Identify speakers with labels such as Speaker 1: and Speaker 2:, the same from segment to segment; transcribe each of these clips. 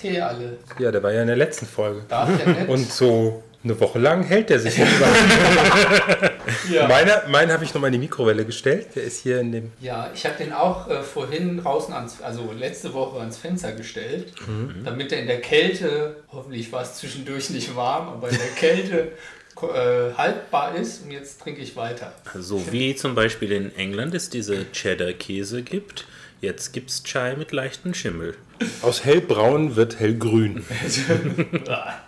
Speaker 1: Tee alle.
Speaker 2: Ja, der war ja in der letzten Folge.
Speaker 1: Darf ja nicht.
Speaker 2: Und so eine Woche lang hält der sich nicht dran.
Speaker 1: ja.
Speaker 2: Meiner, meinen habe ich nochmal in die Mikrowelle gestellt. Der ist hier in dem.
Speaker 1: Ja, ich habe den auch äh, vorhin draußen ans, also letzte Woche ans Fenster gestellt,
Speaker 2: Mhm.
Speaker 1: damit er in der Kälte, hoffentlich war es zwischendurch nicht warm, aber in der Kälte ko- äh, haltbar ist und jetzt trinke ich weiter.
Speaker 3: So wie zum Beispiel in England es diese Cheddar-Käse gibt, jetzt gibt's Chai mit leichtem Schimmel.
Speaker 2: Aus hellbraun wird hellgrün.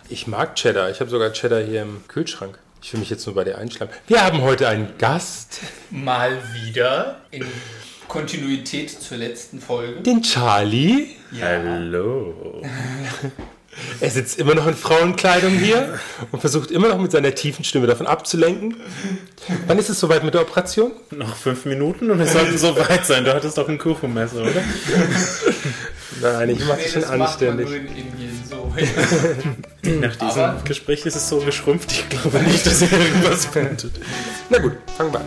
Speaker 2: Ich mag Cheddar. Ich habe sogar Cheddar hier im Kühlschrank. Ich will mich jetzt nur bei dir einschlagen. Wir haben heute einen Gast,
Speaker 1: Mal wieder in Kontinuität zur letzten Folge.
Speaker 2: den Charlie.
Speaker 3: Hallo.
Speaker 2: Er sitzt immer noch in Frauenkleidung hier und versucht immer noch mit seiner tiefen Stimme davon abzulenken. Wann ist es soweit mit der Operation?
Speaker 3: Noch fünf Minuten und wir sollten so weit sein. Du hattest doch ein Kuchenmesser, oder?
Speaker 2: Nein, ich mache
Speaker 1: Nee,
Speaker 2: es schon
Speaker 1: das macht man nur
Speaker 2: anständig.
Speaker 1: in Indien so.
Speaker 3: Nach diesem
Speaker 1: Aber-
Speaker 3: Gespräch ist es so geschrumpft, ich glaube nicht, dass ihr irgendwas findet.
Speaker 2: Na gut, fangen wir an.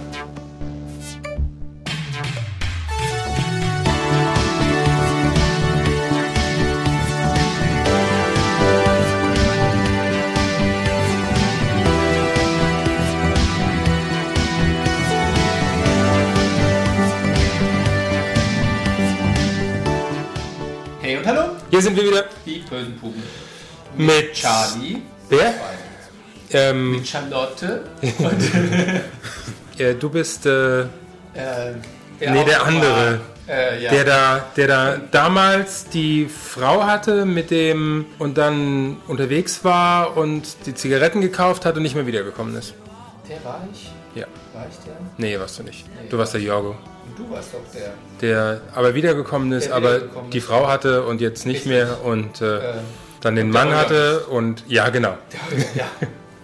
Speaker 1: Hey und hallo,
Speaker 2: Hier sind wir wieder
Speaker 1: die bösen Puben.
Speaker 2: mit
Speaker 1: Charlie,
Speaker 2: Wer? Ähm,
Speaker 1: Charlotte,
Speaker 2: äh, du bist äh,
Speaker 1: äh,
Speaker 2: Nee, der
Speaker 1: auch
Speaker 2: andere.
Speaker 1: War, äh, ja.
Speaker 2: der da, der da damals die Frau hatte mit dem und dann unterwegs war und die Zigaretten gekauft hat und nicht mehr wiedergekommen ist.
Speaker 1: der war ich?
Speaker 2: Ja,
Speaker 1: War ich der?
Speaker 2: nee, warst du nicht.
Speaker 1: Nee.
Speaker 2: Du warst der Jorgo,
Speaker 1: Und du warst doch der.
Speaker 2: der aber wiedergekommen ist,
Speaker 1: Der
Speaker 2: aber
Speaker 1: wiedergekommen
Speaker 2: die
Speaker 1: ist.
Speaker 2: Frau hatte und jetzt nicht
Speaker 1: Richtig.
Speaker 2: mehr und äh,
Speaker 1: Äh,
Speaker 2: dann den Mann
Speaker 1: der
Speaker 2: hatte und ja, genau.
Speaker 1: ja,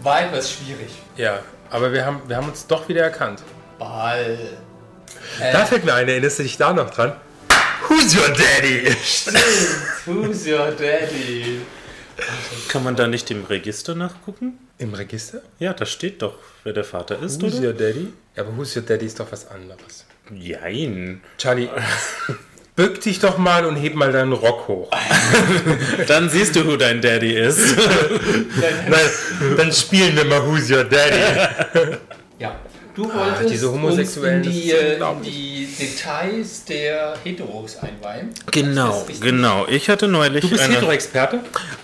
Speaker 1: war etwas schwierig.
Speaker 2: Ja, aber wir haben, wir haben uns doch wieder erkannt.
Speaker 1: Ball. Äh,
Speaker 2: Da fällt mir ein, erinnerst du dich da noch dran? Who's your daddy?
Speaker 1: Who's your daddy?
Speaker 3: Kann man da nicht im Register nachgucken?
Speaker 2: Im Register?
Speaker 3: Ja, da steht doch, wer der Vater ist,
Speaker 2: Who's
Speaker 3: oder?
Speaker 2: your daddy? Aber Who's your daddy ist doch was anderes.
Speaker 3: Jein.
Speaker 2: Charlie, bück dich doch mal und heb mal deinen Rock hoch.
Speaker 3: Dann siehst du, who dein Daddy ist.
Speaker 2: Nein, dann spielen wir mal Who's your daddy.
Speaker 1: Ja, du wolltest
Speaker 2: Ah, diese Homosexuellen,
Speaker 1: uns in die,
Speaker 2: das ist
Speaker 1: äh, in
Speaker 2: unglaublich.
Speaker 1: die Details der Heteros einweihen.
Speaker 3: Genau,
Speaker 1: Das ist richtig.
Speaker 3: genau. Ich hatte neulich
Speaker 2: Du bist
Speaker 3: eine...
Speaker 2: Hetero-Experte?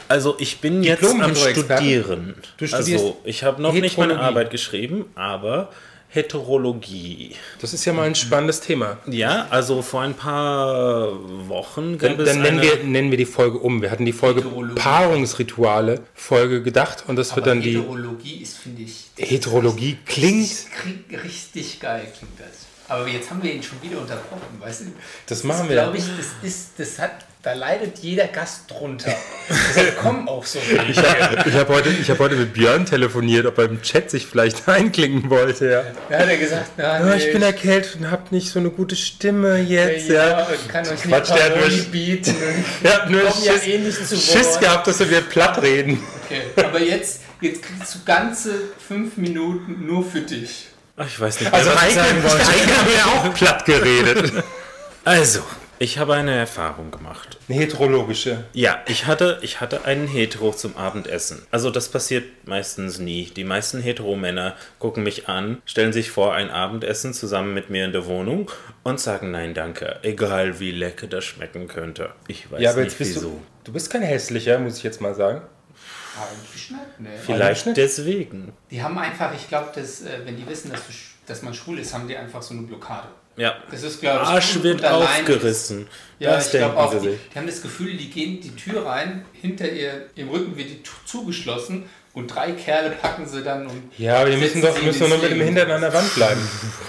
Speaker 3: Also ich bin jetzt am
Speaker 2: Diplom-Hetero-Experte?
Speaker 3: Studieren.
Speaker 2: Du studierst
Speaker 3: also ich habe noch nicht meine
Speaker 2: Heterologie.
Speaker 3: Arbeit geschrieben, aber Heterologie.
Speaker 2: Das ist ja mal ein spannendes Thema.
Speaker 3: Ja, also vor ein paar Wochen gab
Speaker 2: Dann,
Speaker 3: es
Speaker 2: dann nennen,
Speaker 3: eine,
Speaker 2: wir, nennen wir die Folge um. Wir hatten die Folge
Speaker 1: Heterologie.
Speaker 2: Paarungsrituale Folge gedacht und das wird dann die
Speaker 1: Heterologie ist, finde ich,
Speaker 2: Heterologie klingt.
Speaker 1: kri- richtig geil, klingt das. Aber jetzt haben wir ihn schon wieder unterbrochen, weißt du?
Speaker 2: Das machen
Speaker 1: ist,
Speaker 2: wir.
Speaker 1: Glaube ich, das ist, das hat, da leidet jeder Gast drunter. Deshalb kommen auch so wenig.
Speaker 2: Ich habe heute, ich hab heute mit Björn telefoniert, ob er im Chat sich vielleicht einklinken wollte. Ja.
Speaker 1: Da hat er gesagt, na,
Speaker 2: Ja,
Speaker 1: nee,
Speaker 2: ich bin erkältet und habe nicht so eine gute Stimme jetzt.
Speaker 1: ja,
Speaker 2: Ja.
Speaker 1: und kann euch nicht
Speaker 2: Quatsch, der hat nur
Speaker 1: Paroli
Speaker 2: Sch-
Speaker 1: bieten.
Speaker 2: Wir hatten nur
Speaker 1: Kommen ja eh nicht zu
Speaker 2: Schiss
Speaker 1: Wort.
Speaker 2: gehabt, dass wir platt reden.
Speaker 1: Okay, aber jetzt, jetzt kriegst du ganze fünf Minuten nur für dich.
Speaker 3: Ach, ich weiß nicht,
Speaker 2: Also
Speaker 3: wer was
Speaker 2: Heike,
Speaker 3: ich sagen wollte.
Speaker 2: Heike haben wir auch platt geredet.
Speaker 3: Also, ich habe eine Erfahrung gemacht.
Speaker 2: Eine heterologische.
Speaker 3: Ja, ich hatte, ich hatte einen Hetero zum Abendessen. Also das passiert meistens nie. Die meisten Hetero-Männer gucken mich an, stellen sich vor ein Abendessen zusammen mit mir in der Wohnung und sagen nein, danke. Egal wie lecker das schmecken könnte. Ich weiß
Speaker 2: Ja, aber
Speaker 3: nicht
Speaker 2: jetzt bist
Speaker 3: wieso.
Speaker 2: du. Du bist kein hässlicher, muss ich jetzt mal sagen.
Speaker 1: Eigentlich nicht, ne?
Speaker 3: Vielleicht
Speaker 2: Einschnitt?
Speaker 3: deswegen.
Speaker 1: Die haben einfach, ich glaube, dass, äh, wenn die wissen, dass, du, sch- dass man schwul ist, haben die einfach so eine Blockade.
Speaker 3: Ja.
Speaker 1: Das ist, glaube ich,
Speaker 3: Arsch
Speaker 1: und-
Speaker 3: wird
Speaker 1: und allein-
Speaker 3: aufgerissen.
Speaker 1: Ja,
Speaker 3: das
Speaker 1: ich
Speaker 3: denken
Speaker 1: glaube auch.
Speaker 3: sie
Speaker 1: Die,
Speaker 3: sich.
Speaker 1: die haben das Gefühl, die gehen die Tür rein, hinter ihr, im Rücken wird die Tür zugeschlossen und drei Kerle packen sie dann und.
Speaker 2: Ja, aber wir müssen
Speaker 1: setzen
Speaker 2: doch
Speaker 1: sie
Speaker 2: müssen nur
Speaker 1: ins
Speaker 2: mit dem
Speaker 1: Leben.
Speaker 2: Hintern an der Wand bleiben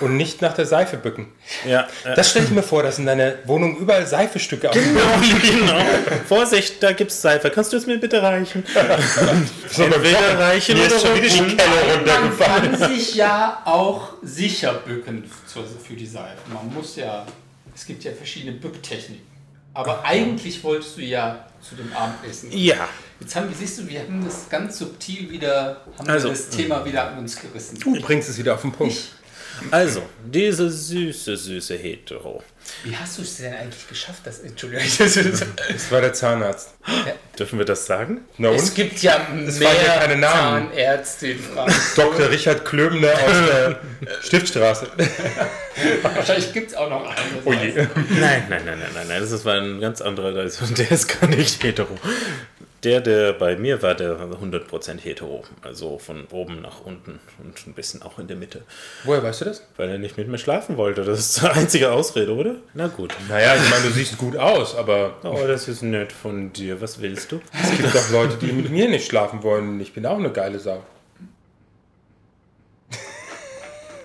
Speaker 2: und nicht nach der Seife bücken.
Speaker 3: Ja, äh,
Speaker 2: Das stelle ich mir vor, dass in deiner Wohnung überall Seifestücke auf
Speaker 3: genau. Vorsicht, da gibt's Seife. Kannst du es mir bitte reichen? Entweder reichen
Speaker 2: Mir
Speaker 3: oder
Speaker 2: ist schon wieder die
Speaker 3: rutschen.
Speaker 2: Kelle
Speaker 1: Man
Speaker 2: runtergefallen.
Speaker 1: kann sich ja auch sicher bücken zur, für die Seife. Man muss ja. Es gibt ja verschiedene Bücktechniken. Aber eigentlich wolltest du ja zu dem Abendessen.
Speaker 3: Ja.
Speaker 1: Jetzt haben, siehst du, wir haben das ganz subtil wieder, haben
Speaker 3: Also,
Speaker 1: wir das Thema wieder an uns gerissen.
Speaker 2: Du bringst es wieder auf den Punkt.
Speaker 3: Also, diese süße, süße Hetero.
Speaker 1: Wie hast du es denn eigentlich geschafft, das? Entschuldigung. Das ist,
Speaker 2: Es war der Zahnarzt.
Speaker 3: Dürfen wir das sagen?
Speaker 2: Na
Speaker 1: es
Speaker 2: und?
Speaker 1: gibt ja
Speaker 2: fallen ja
Speaker 1: mehr
Speaker 2: keine Namen.
Speaker 1: Zahnärzte in Frankfurt.
Speaker 2: Dr. Richard Klöbner aus der Stiftstraße.
Speaker 1: Wahrscheinlich gibt es auch noch andere.
Speaker 2: Oh je.
Speaker 3: Nein, nein, nein, nein, nein, nein. Das ist mal ein ganz anderer. Der ist, der ist gar nicht hetero. Der, der bei mir war, der war 100% hetero. Also von oben nach unten und ein bisschen auch in der Mitte.
Speaker 2: Woher weißt du das?
Speaker 3: Weil er nicht mit mir schlafen wollte. Das ist die einzige Ausrede, oder? Na gut.
Speaker 2: Naja, ich meine, du siehst gut aus, aber
Speaker 3: Oh, das ist nett von dir. Was willst du?
Speaker 2: es gibt doch Leute, die mit mir nicht schlafen wollen. Ich bin auch eine geile Sau.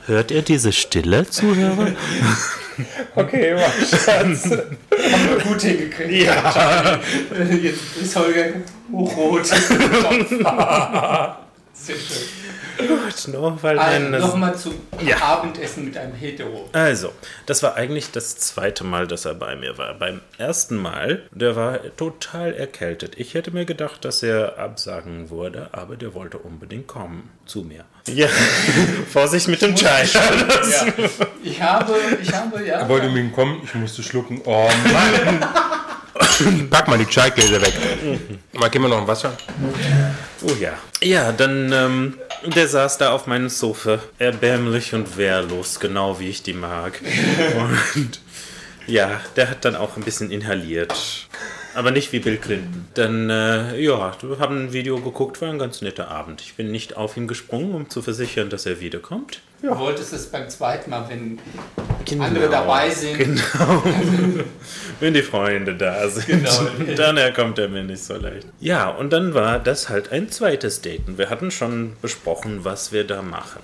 Speaker 3: Hört ihr diese Stille, Zuhörer?
Speaker 2: Okay, mein Schatz.
Speaker 1: Haben wir gut hingekriegt.
Speaker 3: Ja.
Speaker 1: Jetzt ist Holger hochrot. Sehr schön.
Speaker 3: Gut, noch, weil
Speaker 1: Also,
Speaker 3: nein, das-
Speaker 1: Nochmal zum
Speaker 3: Ja.
Speaker 1: Abendessen mit einem Hetero.
Speaker 3: Also, das war eigentlich das zweite Mal, dass er bei mir war. Beim ersten Mal, der war total erkältet. Ich hätte mir gedacht, dass er absagen würde, aber der wollte unbedingt kommen zu mir. Ja, Vorsicht mit dem Chai.
Speaker 1: Ja. Ich habe, ich habe, ja.
Speaker 2: Wollte mir kommen, ich musste schlucken. Oh Mann. Pack mal die Chai-Gläser weg. Mal gehen wir noch ein Wasser.
Speaker 3: Oh ja. Ja, dann, ähm, der saß da auf meinem Sofa, erbärmlich und wehrlos, genau wie ich die mag. Und ja, der hat dann auch ein bisschen inhaliert. Aber nicht wie Bill Clinton. Dann, äh, ja, wir haben ein Video geguckt, war ein ganz netter Abend. Ich bin nicht auf ihn gesprungen, um zu versichern, dass er wiederkommt.
Speaker 1: Du wolltest es beim zweiten Mal, wenn andere dabei sind.
Speaker 3: genau. Wenn die Freunde da sind,
Speaker 1: Genau.
Speaker 3: dann kommt er mir nicht so leicht. Ja, und dann war das halt ein zweites Date. Und wir hatten schon besprochen, was wir da machen.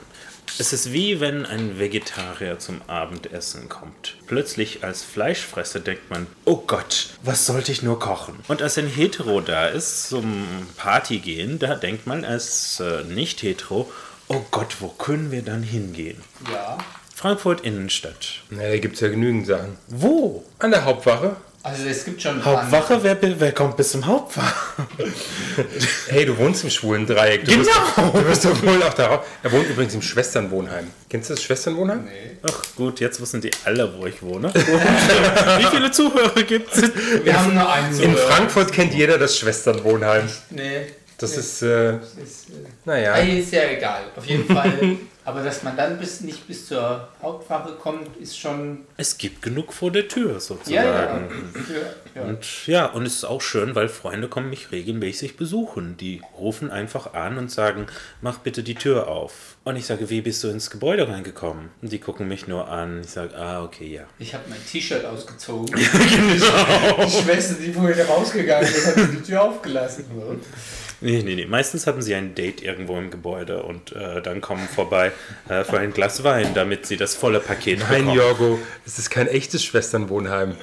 Speaker 3: Es ist wie wenn ein Vegetarier zum Abendessen kommt. Plötzlich als Fleischfresser denkt man, oh Gott, was sollte ich nur kochen? Und als ein Hetero da ist, zum Party gehen, da denkt man als äh, Nicht-Hetero, oh Gott, wo können wir dann hingehen?
Speaker 1: Ja.
Speaker 3: Frankfurt Innenstadt.
Speaker 2: Na, da gibt es ja genügend Sachen.
Speaker 3: Wo?
Speaker 2: An der Hauptwache.
Speaker 1: Also es gibt schon
Speaker 3: Hauptwache, wer, wer kommt bis zum Hauptwache?
Speaker 2: Hey, du wohnst im schwulen Dreieck. Du
Speaker 3: Genau.
Speaker 2: Bist, du bist doch wohl auch darauf. Er wohnt übrigens im Schwesternwohnheim. Kennst du das Schwesternwohnheim? Nee.
Speaker 3: Ach gut, jetzt wissen die alle, wo ich wohne. Wie viele Zuhörer gibt es?
Speaker 1: Wir haben nur einen
Speaker 2: In
Speaker 1: Zuhörer.
Speaker 2: Frankfurt kennt jeder das Schwesternwohnheim.
Speaker 1: Nee.
Speaker 2: Das ist, äh,
Speaker 1: Ist, äh,
Speaker 2: naja.
Speaker 1: Ei, ist ja egal, auf jeden Fall. Aber dass man dann bis, nicht bis zur Hauptwache kommt, ist schon.
Speaker 3: Es gibt genug vor der Tür sozusagen.
Speaker 1: Ja, ja. Für, ja.
Speaker 3: Und ja, und es ist auch schön, weil Freunde kommen mich regelmäßig besuchen. Die rufen einfach an und sagen, mach bitte die Tür auf. Und ich sage, wie bist du ins Gebäude reingekommen? Und die gucken mich nur an. Ich sage, ah, okay, ja.
Speaker 1: Ich habe mein T-Shirt ausgezogen. Die Schwester, die vorhin rausgegangen ist, hat die Tür aufgelassen.
Speaker 3: Nee, nee, nee. Meistens haben sie ein Date irgendwo im Gebäude und äh, dann kommen vorbei äh, für ein Glas Wein, damit sie das volle Paket
Speaker 2: Nein,
Speaker 3: bekommen.
Speaker 2: Jorgo, es ist kein echtes Schwesternwohnheim.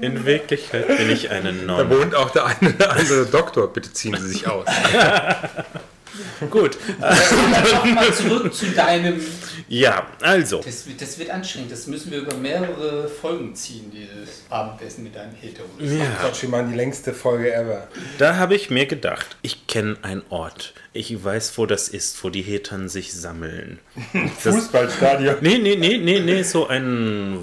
Speaker 3: In Wirklichkeit bin ich eine
Speaker 2: Da
Speaker 3: Nonne.
Speaker 2: wohnt auch der eine oder andere Doktor. Bitte ziehen Sie sich aus.
Speaker 3: Gut.
Speaker 1: Nochmal zurück zu deinem.
Speaker 3: Ja, also.
Speaker 1: Das, wird- das wird anstrengend. Das müssen wir über mehrere Folgen ziehen, dieses Abendessen mit einem Hetero.
Speaker 3: Ja,
Speaker 2: Quatsch, wir machen die längste Folge ever.
Speaker 3: da habe ich mir gedacht, ich kenne einen Ort. Ich weiß, wo das ist, wo die Hetern sich sammeln. Das,
Speaker 2: Fußballstadion.
Speaker 3: nee, nee, nee, nee, nee, so ein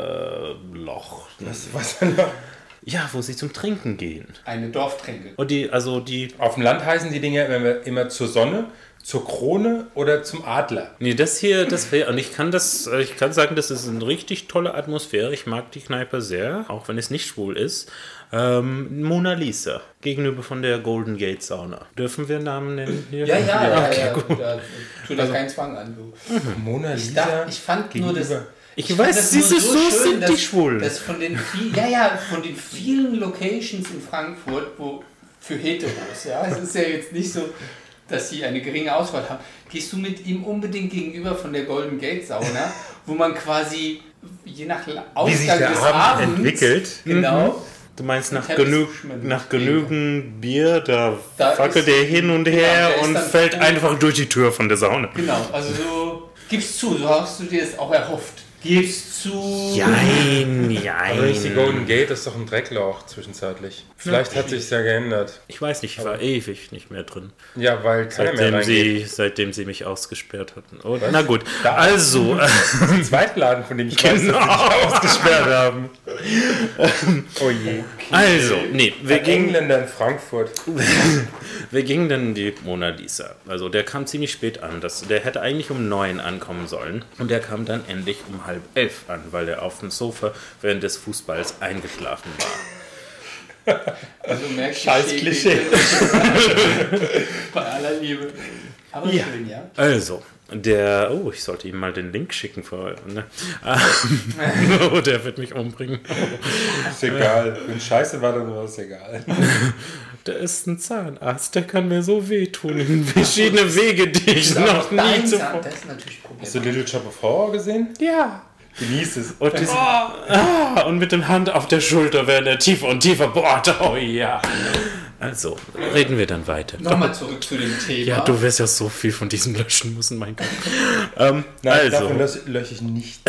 Speaker 3: Wasserloch.
Speaker 2: Was denn noch?
Speaker 3: Ja, wo sie zum Trinken gehen.
Speaker 1: Eine Dorftränke.
Speaker 3: Und die, also die,
Speaker 2: Auf dem Land heißen die Dinger immer, immer zur Sonne, zur Krone oder zum Adler.
Speaker 3: nee, das hier, das wäre, und ich kann das, äh, ich kann sagen, das ist eine richtig tolle Atmosphäre. Ich mag die Kneipe sehr, auch wenn es nicht schwul ist. Ähm, Mona Lisa, gegenüber von der Golden Gate Sauna. Dürfen wir Namen nennen? Hier?
Speaker 1: Ja, ja, ja, ja. Da, tu da keinen Zwang an, du.
Speaker 2: Mona Lisa.
Speaker 1: Ich, dachte, ich fand nur das.
Speaker 2: gegenüber.
Speaker 3: Ich,
Speaker 1: Ich
Speaker 3: weiß,
Speaker 1: fand das
Speaker 3: siehst du,
Speaker 1: nur
Speaker 3: so,
Speaker 1: schön,
Speaker 3: sind die
Speaker 1: dass-
Speaker 3: Schwulen.
Speaker 1: Dass von den viel, ja, ja, von den vielen Locations in Frankfurt, wo für Heteros, ja, es ist ja jetzt nicht so, dass sie eine geringe Auswahl haben. Gehst du mit ihm unbedingt gegenüber von der Golden Gate Sauna, wo man quasi je nach La- Ausgang
Speaker 2: Wie sich der
Speaker 1: des
Speaker 2: Abend
Speaker 1: Abends
Speaker 2: entwickelt.
Speaker 1: Genau.
Speaker 3: du meinst, nach,
Speaker 1: Teppich
Speaker 3: genü
Speaker 1: schwimmen.
Speaker 3: nach genügend Bier, da,
Speaker 1: Da
Speaker 3: fackelt
Speaker 1: ist-
Speaker 3: er hin und her
Speaker 1: der ist
Speaker 3: und
Speaker 1: dann-
Speaker 3: fällt einfach durch die Tür von der Sauna.
Speaker 1: Genau, also so gibst zu, so hast du dir es auch erhofft. Gib's zu.
Speaker 3: Jein,
Speaker 2: Übrigens, die
Speaker 3: jein.
Speaker 2: Golden Gate ist doch ein Dreckloch zwischenzeitlich. Vielleicht hat sich's ja geändert.
Speaker 3: Ich weiß nicht, ich war ewig nicht mehr drin.
Speaker 2: Ja, weil keiner mehr
Speaker 3: Seitdem
Speaker 2: reingeht.
Speaker 3: sie, seitdem sie mich ausgesperrt hatten. Oh, na gut. Also,
Speaker 2: Den zweiten Laden, von dem ich weiß, dass sie
Speaker 3: genau.
Speaker 2: mich ausgesperrt haben. Oh je.
Speaker 3: also, nee, wir
Speaker 2: Wir
Speaker 3: gingen,
Speaker 2: Engländer in Frankfurt.
Speaker 3: wir gingen dann die Mona Lisa. Also der kam ziemlich spät an. Das, der hätte eigentlich um neun ankommen sollen. Und der kam dann endlich um halb elf an, weil er auf dem Sofa während des Fußballs eingeschlafen war.
Speaker 1: Also merkst
Speaker 2: Scheiß
Speaker 1: du,
Speaker 2: Klischee.
Speaker 1: Bei aller Liebe. Aber schön, ja.
Speaker 3: Also, der. Oh, ich sollte ihm mal den Link schicken vorher. Ne? Ähm, oh, der wird mich umbringen.
Speaker 2: Ist egal. Wenn Scheiße war, dann war es egal.
Speaker 3: Da ist ein Zahnarzt, der kann mir so wehtun in verschiedene Wege, die ich noch nie
Speaker 1: Dein
Speaker 3: zuvor.
Speaker 1: Zahn, das ist natürlich ein Problem.
Speaker 2: Hast du Little Shop of Horror gesehen?
Speaker 3: Ja.
Speaker 2: Genieß es.
Speaker 3: Und, diesen, ah, und mit dem Hand auf der Schulter, während er tiefer und tiefer bohrt. Oh ja. Also, reden wir dann weiter.
Speaker 1: Nochmal zurück zu dem Thema.
Speaker 3: Ja, du wirst ja so viel von diesem löschen müssen, mein Gott. ähm,
Speaker 2: Nein,
Speaker 3: also.
Speaker 2: davon lösche lösche ich nicht.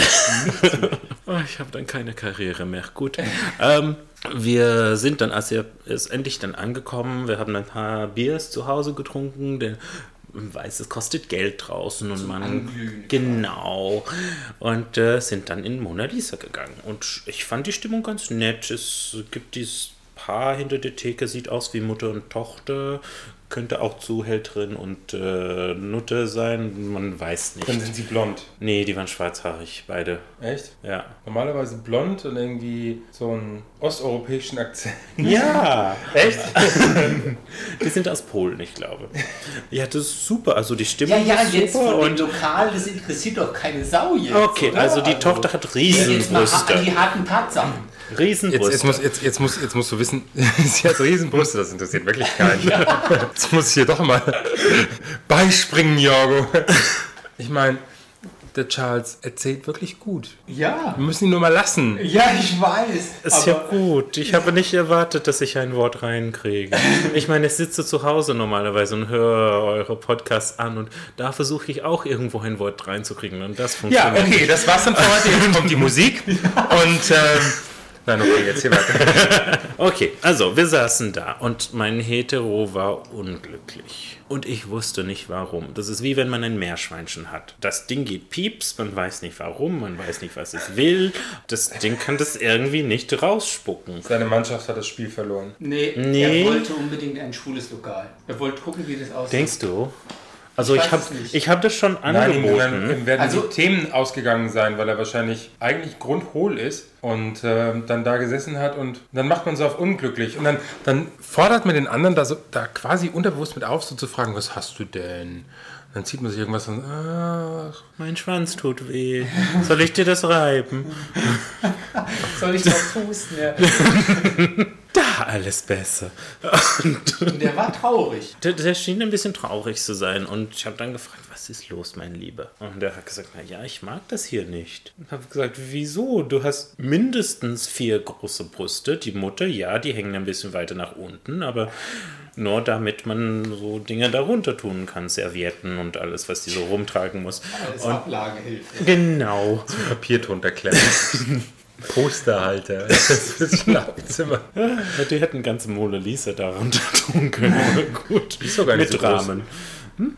Speaker 3: Ah, ich habe dann keine Karriere mehr. Gut. ähm, wir sind dann, als er ist endlich dann angekommen, wir haben ein paar Biers zu Hause getrunken, denn man weiß, es kostet Geld draußen und man.
Speaker 1: Anglühen.
Speaker 3: Genau. Und äh, sind dann in Mona Lisa gegangen. Und ich fand die Stimmung ganz nett. Es gibt dieses Paar hinter der Theke, sieht aus wie Mutter und Tochter. Könnte auch Zuhälterin und äh, Nutte sein, man weiß
Speaker 2: Dann
Speaker 3: nicht.
Speaker 2: sind sie blond.
Speaker 3: Nee, die waren schwarzhaarig, beide.
Speaker 2: Echt?
Speaker 3: Ja.
Speaker 2: Normalerweise blond und irgendwie so einen osteuropäischen Akzent.
Speaker 3: Ja!
Speaker 2: Echt?
Speaker 3: Die sind aus Polen, ich glaube. Ja, das ist super. Also die
Speaker 1: ja,
Speaker 3: Stimmung
Speaker 1: ja,
Speaker 3: ist
Speaker 1: jetzt
Speaker 3: super.
Speaker 1: von dem
Speaker 3: Und
Speaker 1: Lokal, das interessiert doch keine Sau jetzt.
Speaker 3: okay,
Speaker 1: oder?
Speaker 3: also die Tochter hat
Speaker 1: Jetzt mal an
Speaker 3: Riesenbrüste.
Speaker 1: die harten Tatsachen.
Speaker 2: Jetzt, jetzt,
Speaker 3: Riesenbrüste.
Speaker 2: muss, jetzt, jetzt, muss, jetzt musst du wissen, sie hat Riesenbrüste, das interessiert wirklich keinen. Jetzt muss ich hier doch mal beispringen, Jorgo. Ich meine, der Charles erzählt wirklich gut.
Speaker 1: Ja.
Speaker 2: Wir müssen ihn nur mal lassen.
Speaker 1: Ja, ich weiß.
Speaker 3: Hm? Ist ja gut. Ich habe nicht erwartet, dass ich ein Wort reinkriege. Ich meine, ich sitze zu Hause normalerweise und höre eure Podcasts an und da versuche ich auch irgendwo ein Wort reinzukriegen und das
Speaker 2: Ja,
Speaker 3: funktioniert.
Speaker 2: okay, das war's dann für heute. Jetzt kommt die Musik. Und, ähm, nein, okay, jetzt hier weiter.
Speaker 3: Okay, also wir saßen da und mein Hetero war unglücklich. Und ich wusste nicht warum. Das ist wie wenn man ein Meerschweinchen hat. Das Ding geht pieps, man weiß nicht warum, man weiß nicht, was es will. Das Ding kann das irgendwie nicht rausspucken.
Speaker 2: Seine Mannschaft hat das Spiel verloren.
Speaker 1: Nee,
Speaker 3: Nee.
Speaker 1: er wollte unbedingt ein schwules Lokal. Er wollte gucken, wie das aussieht.
Speaker 3: Denkst du? Also
Speaker 1: Ich
Speaker 3: ich,
Speaker 1: weiß
Speaker 3: habe
Speaker 1: es nicht.
Speaker 3: ich hab das schon
Speaker 2: Nein, ihm
Speaker 3: angeboten.
Speaker 2: werden, ihm werden
Speaker 1: Also-
Speaker 2: die Themen ausgegangen sein, weil er wahrscheinlich eigentlich grundhohl ist und ähm, dann da gesessen hat und dann macht man so auf unglücklich. Und dann, dann fordert man den anderen da, so, da quasi unterbewusst mit auf, so zu fragen, was hast du denn? Und Dann zieht man sich irgendwas und ach,
Speaker 3: Mein Schwanz tut weh. Soll ich dir das reiben?
Speaker 1: Soll ich noch pusten? Ja.
Speaker 3: Da alles besser.
Speaker 1: Und der war traurig.
Speaker 3: Der, der schien ein bisschen traurig zu sein und ich habe dann gefragt, was ist los, mein Lieber? Und der hat gesagt, na ja, ich mag das hier nicht. Und habe gesagt, wieso? Du hast mindestens vier große Brüste. Die Mutter, ja, die hängen ein bisschen weiter nach unten, aber nur damit man so Dinge darunter tun kann, Servietten und alles, was die so rumtragen muss.
Speaker 1: Als Ablagehilfe.
Speaker 3: Genau.
Speaker 2: Papier drunter klemmen. Posterhalter. Das ist das Schlafzimmer.
Speaker 3: Ja, Die hätten ganze Mona Lisa darunter tun können. Aber gut.
Speaker 2: doch gar nicht
Speaker 3: Mit
Speaker 2: so groß.
Speaker 3: Rahmen.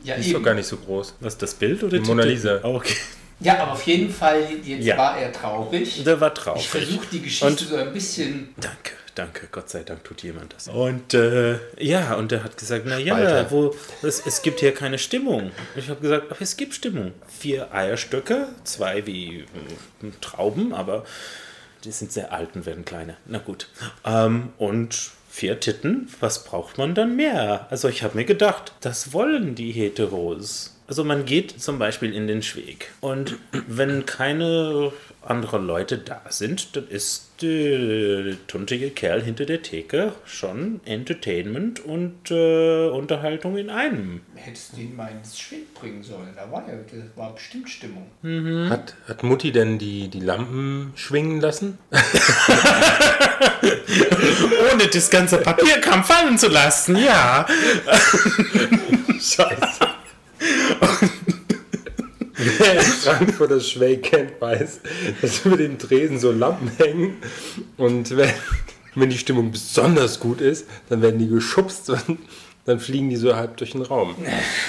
Speaker 1: Ja,
Speaker 2: Die ist doch
Speaker 1: eben.
Speaker 2: gar nicht so groß.
Speaker 3: Was das Bild oder
Speaker 2: Die Mona
Speaker 3: Titel?
Speaker 2: Lisa.
Speaker 3: Okay.
Speaker 1: ja, aber auf jeden Fall, jetzt
Speaker 3: Ja.
Speaker 1: war er traurig.
Speaker 3: Der war
Speaker 1: Ich
Speaker 3: traurig.
Speaker 1: versuche die Geschichte
Speaker 3: Und-
Speaker 1: so ein bisschen.
Speaker 3: Danke, danke, Gott sei Dank tut jemand das. Und äh, ja, und er hat gesagt, na ja,
Speaker 2: Spalter.
Speaker 3: wo, es, es gibt hier keine Stimmung. Ich habe gesagt, ach, es gibt Stimmung. Vier Eierstöcke, zwei wie mm, Trauben, aber die sind sehr alt und werden kleiner. Na gut. Ähm, und vier Titten, was braucht man dann mehr? Also ich habe mir gedacht, das wollen die Heteros. Also man geht zum Beispiel in den Schweg und wenn keine anderen Leute da sind, dann ist der tuntige Kerl hinter der Theke schon Entertainment und äh, Unterhaltung in einem.
Speaker 1: Hättest du ihn mal ins Schwimmen bringen sollen. Da war ja, das war bestimmt Stimmung.
Speaker 3: Hm?
Speaker 2: Hat, hat Mutti denn die, die Lampen schwingen lassen?
Speaker 3: Ohne das ganze Papierkram fallen zu lassen, ja. Scheiße.
Speaker 2: Wer in Frankfurt das Schweig kennt, weiß, dass über dem Tresen so Lampen hängen und wenn, wenn die Stimmung besonders gut ist, dann werden die geschubst und dann fliegen die so halb durch den Raum.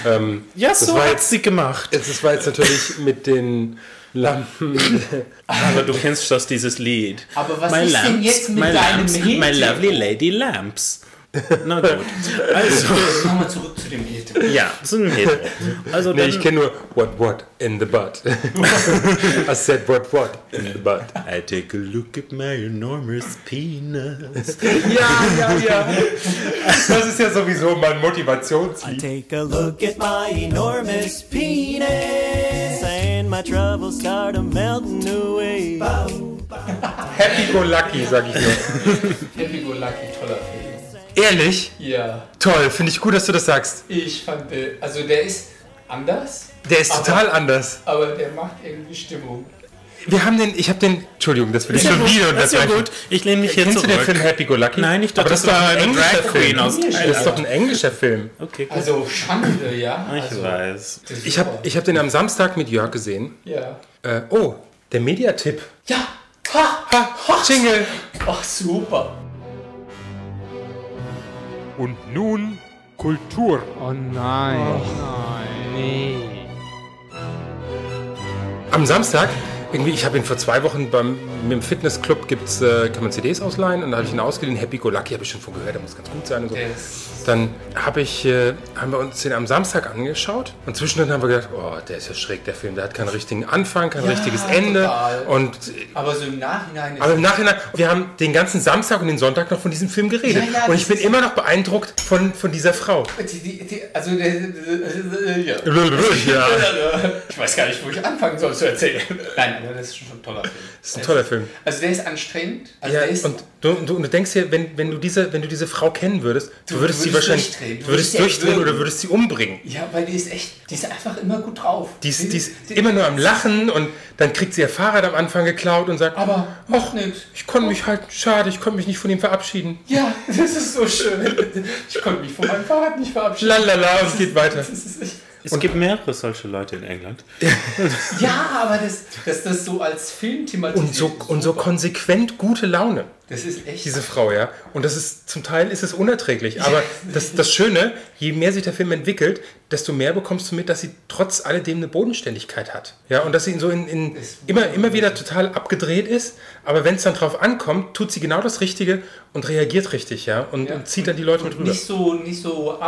Speaker 2: Ähm,
Speaker 3: Ja,
Speaker 2: das
Speaker 3: so
Speaker 2: war
Speaker 3: hat's
Speaker 2: jetzt,
Speaker 3: sie gemacht.
Speaker 2: das war jetzt natürlich mit den Lampen.
Speaker 3: Aber du kennst schon dieses Lied.
Speaker 1: Aber was ist denn jetzt mit
Speaker 3: my
Speaker 1: deinem
Speaker 3: lamps,
Speaker 1: Hit?
Speaker 3: My lovely lady lamps. Na gut. Also,
Speaker 1: Nochmal zurück zu dem Hit.
Speaker 3: ja, so ein Hetero. Also
Speaker 2: Nee,
Speaker 3: dann,
Speaker 2: ich kenne nur What What in the butt. I said What What in the butt.
Speaker 3: I take a look at my enormous penis.
Speaker 2: Ja, ja, ja. Das ist ja sowieso mein Motivationslied.
Speaker 4: Take a look at my enormous penis. And my troubles start a melting away.
Speaker 2: Happy Go Lucky, sag ich nur.
Speaker 1: Happy Go Lucky, toller Film.
Speaker 2: Ehrlich?
Speaker 1: Ja,
Speaker 2: Toll, finde ich gut, dass du das sagst.
Speaker 1: ich fand den, also der ist anders,
Speaker 2: Der ist
Speaker 1: Aber-
Speaker 2: total anders.
Speaker 1: aber der macht irgendwie Stimmung.
Speaker 2: Wir haben den, ich habe den, Entschuldigung, das will ich schon wieder
Speaker 3: das ist ja
Speaker 2: unterbrechen.
Speaker 3: gut. Ich lehne mich hier
Speaker 2: Kennst du den
Speaker 3: zurück.
Speaker 2: Film Happy Go Lucky?
Speaker 3: Nein, ich dachte,
Speaker 2: Aber das,
Speaker 3: das
Speaker 2: war
Speaker 3: war
Speaker 2: ein
Speaker 3: eine
Speaker 2: englischer
Speaker 3: Drag Queen
Speaker 2: Film.
Speaker 3: aus
Speaker 2: das ist doch ein englischer Film.
Speaker 3: Okay, gut.
Speaker 1: Also Schande, ja.
Speaker 3: ich
Speaker 1: Also,
Speaker 3: weiß.
Speaker 1: das ist
Speaker 2: Ich
Speaker 1: super.
Speaker 2: habe ich hab den am Samstag mit Jörg gesehen.
Speaker 1: Ja.
Speaker 2: Äh, oh, der Mediatipp.
Speaker 1: Ja. Ha.
Speaker 2: Ha, Jingle.
Speaker 1: Ach, super.
Speaker 2: Und nun Kultur.
Speaker 5: Oh nein. Nee.
Speaker 2: Am Samstag, irgendwie, ich habe ihn vor zwei Wochen beim mit dem Fitnessclub gibt's, äh, kann man CDs ausleihen und da habe ich ihn ausgeliehen. Happy Go Lucky habe ich schon von gehört, der muss ganz gut sein und so.
Speaker 1: Der ist
Speaker 2: Dann habe ich, äh, haben wir uns den am Samstag angeschaut und zwischendrin haben wir gedacht, oh, der ist ja schräg, der Film, der hat keinen richtigen Anfang, kein richtiges Ende.
Speaker 1: total.
Speaker 2: Und äh,
Speaker 1: aber so im Nachhinein ist
Speaker 2: aber im Nachhinein, wir haben den ganzen Samstag und den Sonntag noch von diesem Film
Speaker 1: Ja,
Speaker 2: geredet.
Speaker 1: ja,
Speaker 2: und
Speaker 1: das
Speaker 2: ich bin
Speaker 1: ist-
Speaker 2: immer noch beeindruckt von, von dieser Frau.
Speaker 1: die, die, die, also der, äh, ja.
Speaker 2: Ja,
Speaker 1: Ich weiß gar nicht, wo ich anfangen soll zu erzählen. Nein, aber das ist schon ein toller Film.
Speaker 2: das ist ein toller Film.
Speaker 1: Also der ist anstrengend. Also
Speaker 2: Ja,
Speaker 1: der ist,
Speaker 2: und du, du, und du denkst dir, wenn, wenn, du diese, wenn du diese Frau kennen würdest, du,
Speaker 1: Du
Speaker 2: würdest sie
Speaker 1: würdest
Speaker 2: wahrscheinlich
Speaker 1: durchdrehen. Du
Speaker 2: du würdest
Speaker 1: würdest sie
Speaker 2: durchdrehen
Speaker 1: erwürgen.
Speaker 2: oder würdest sie umbringen.
Speaker 1: ja, weil die ist echt, die ist einfach immer gut drauf.
Speaker 2: Die ist, die ist
Speaker 1: die-
Speaker 2: immer nur am Lachen und dann kriegt sie ihr Fahrrad am Anfang geklaut und sagt,
Speaker 1: Aber
Speaker 2: ach,
Speaker 1: macht nix.
Speaker 2: ich konnte mich halt, schade, ich konnte mich nicht von ihm verabschieden.
Speaker 1: Ja, das ist so schön. Ich konnte mich von meinem Fahrrad nicht verabschieden.
Speaker 2: Lalala, und geht weiter.
Speaker 1: Das ist echt,
Speaker 3: Es gibt mehrere solche Leute in England.
Speaker 1: ja, aber das, dass das so als Film thematisiert
Speaker 2: Und so,
Speaker 1: ist,
Speaker 2: und so konsequent gute Laune.
Speaker 1: das ist echt
Speaker 2: diese Frau, ja. Und das ist zum Teil ist es unerträglich. Aber das, das Schöne, je mehr sich der Film entwickelt, desto mehr bekommst du mit, dass sie trotz alledem eine Bodenständigkeit hat. Ja, und dass sie in so in, in
Speaker 1: Ist
Speaker 2: immer, immer wieder total abgedreht ist. Aber wenn es dann drauf ankommt, tut sie genau das Richtige und reagiert richtig, ja. Und,
Speaker 1: Ja.
Speaker 2: und zieht dann die Leute mit rüber.
Speaker 1: nicht so, nicht so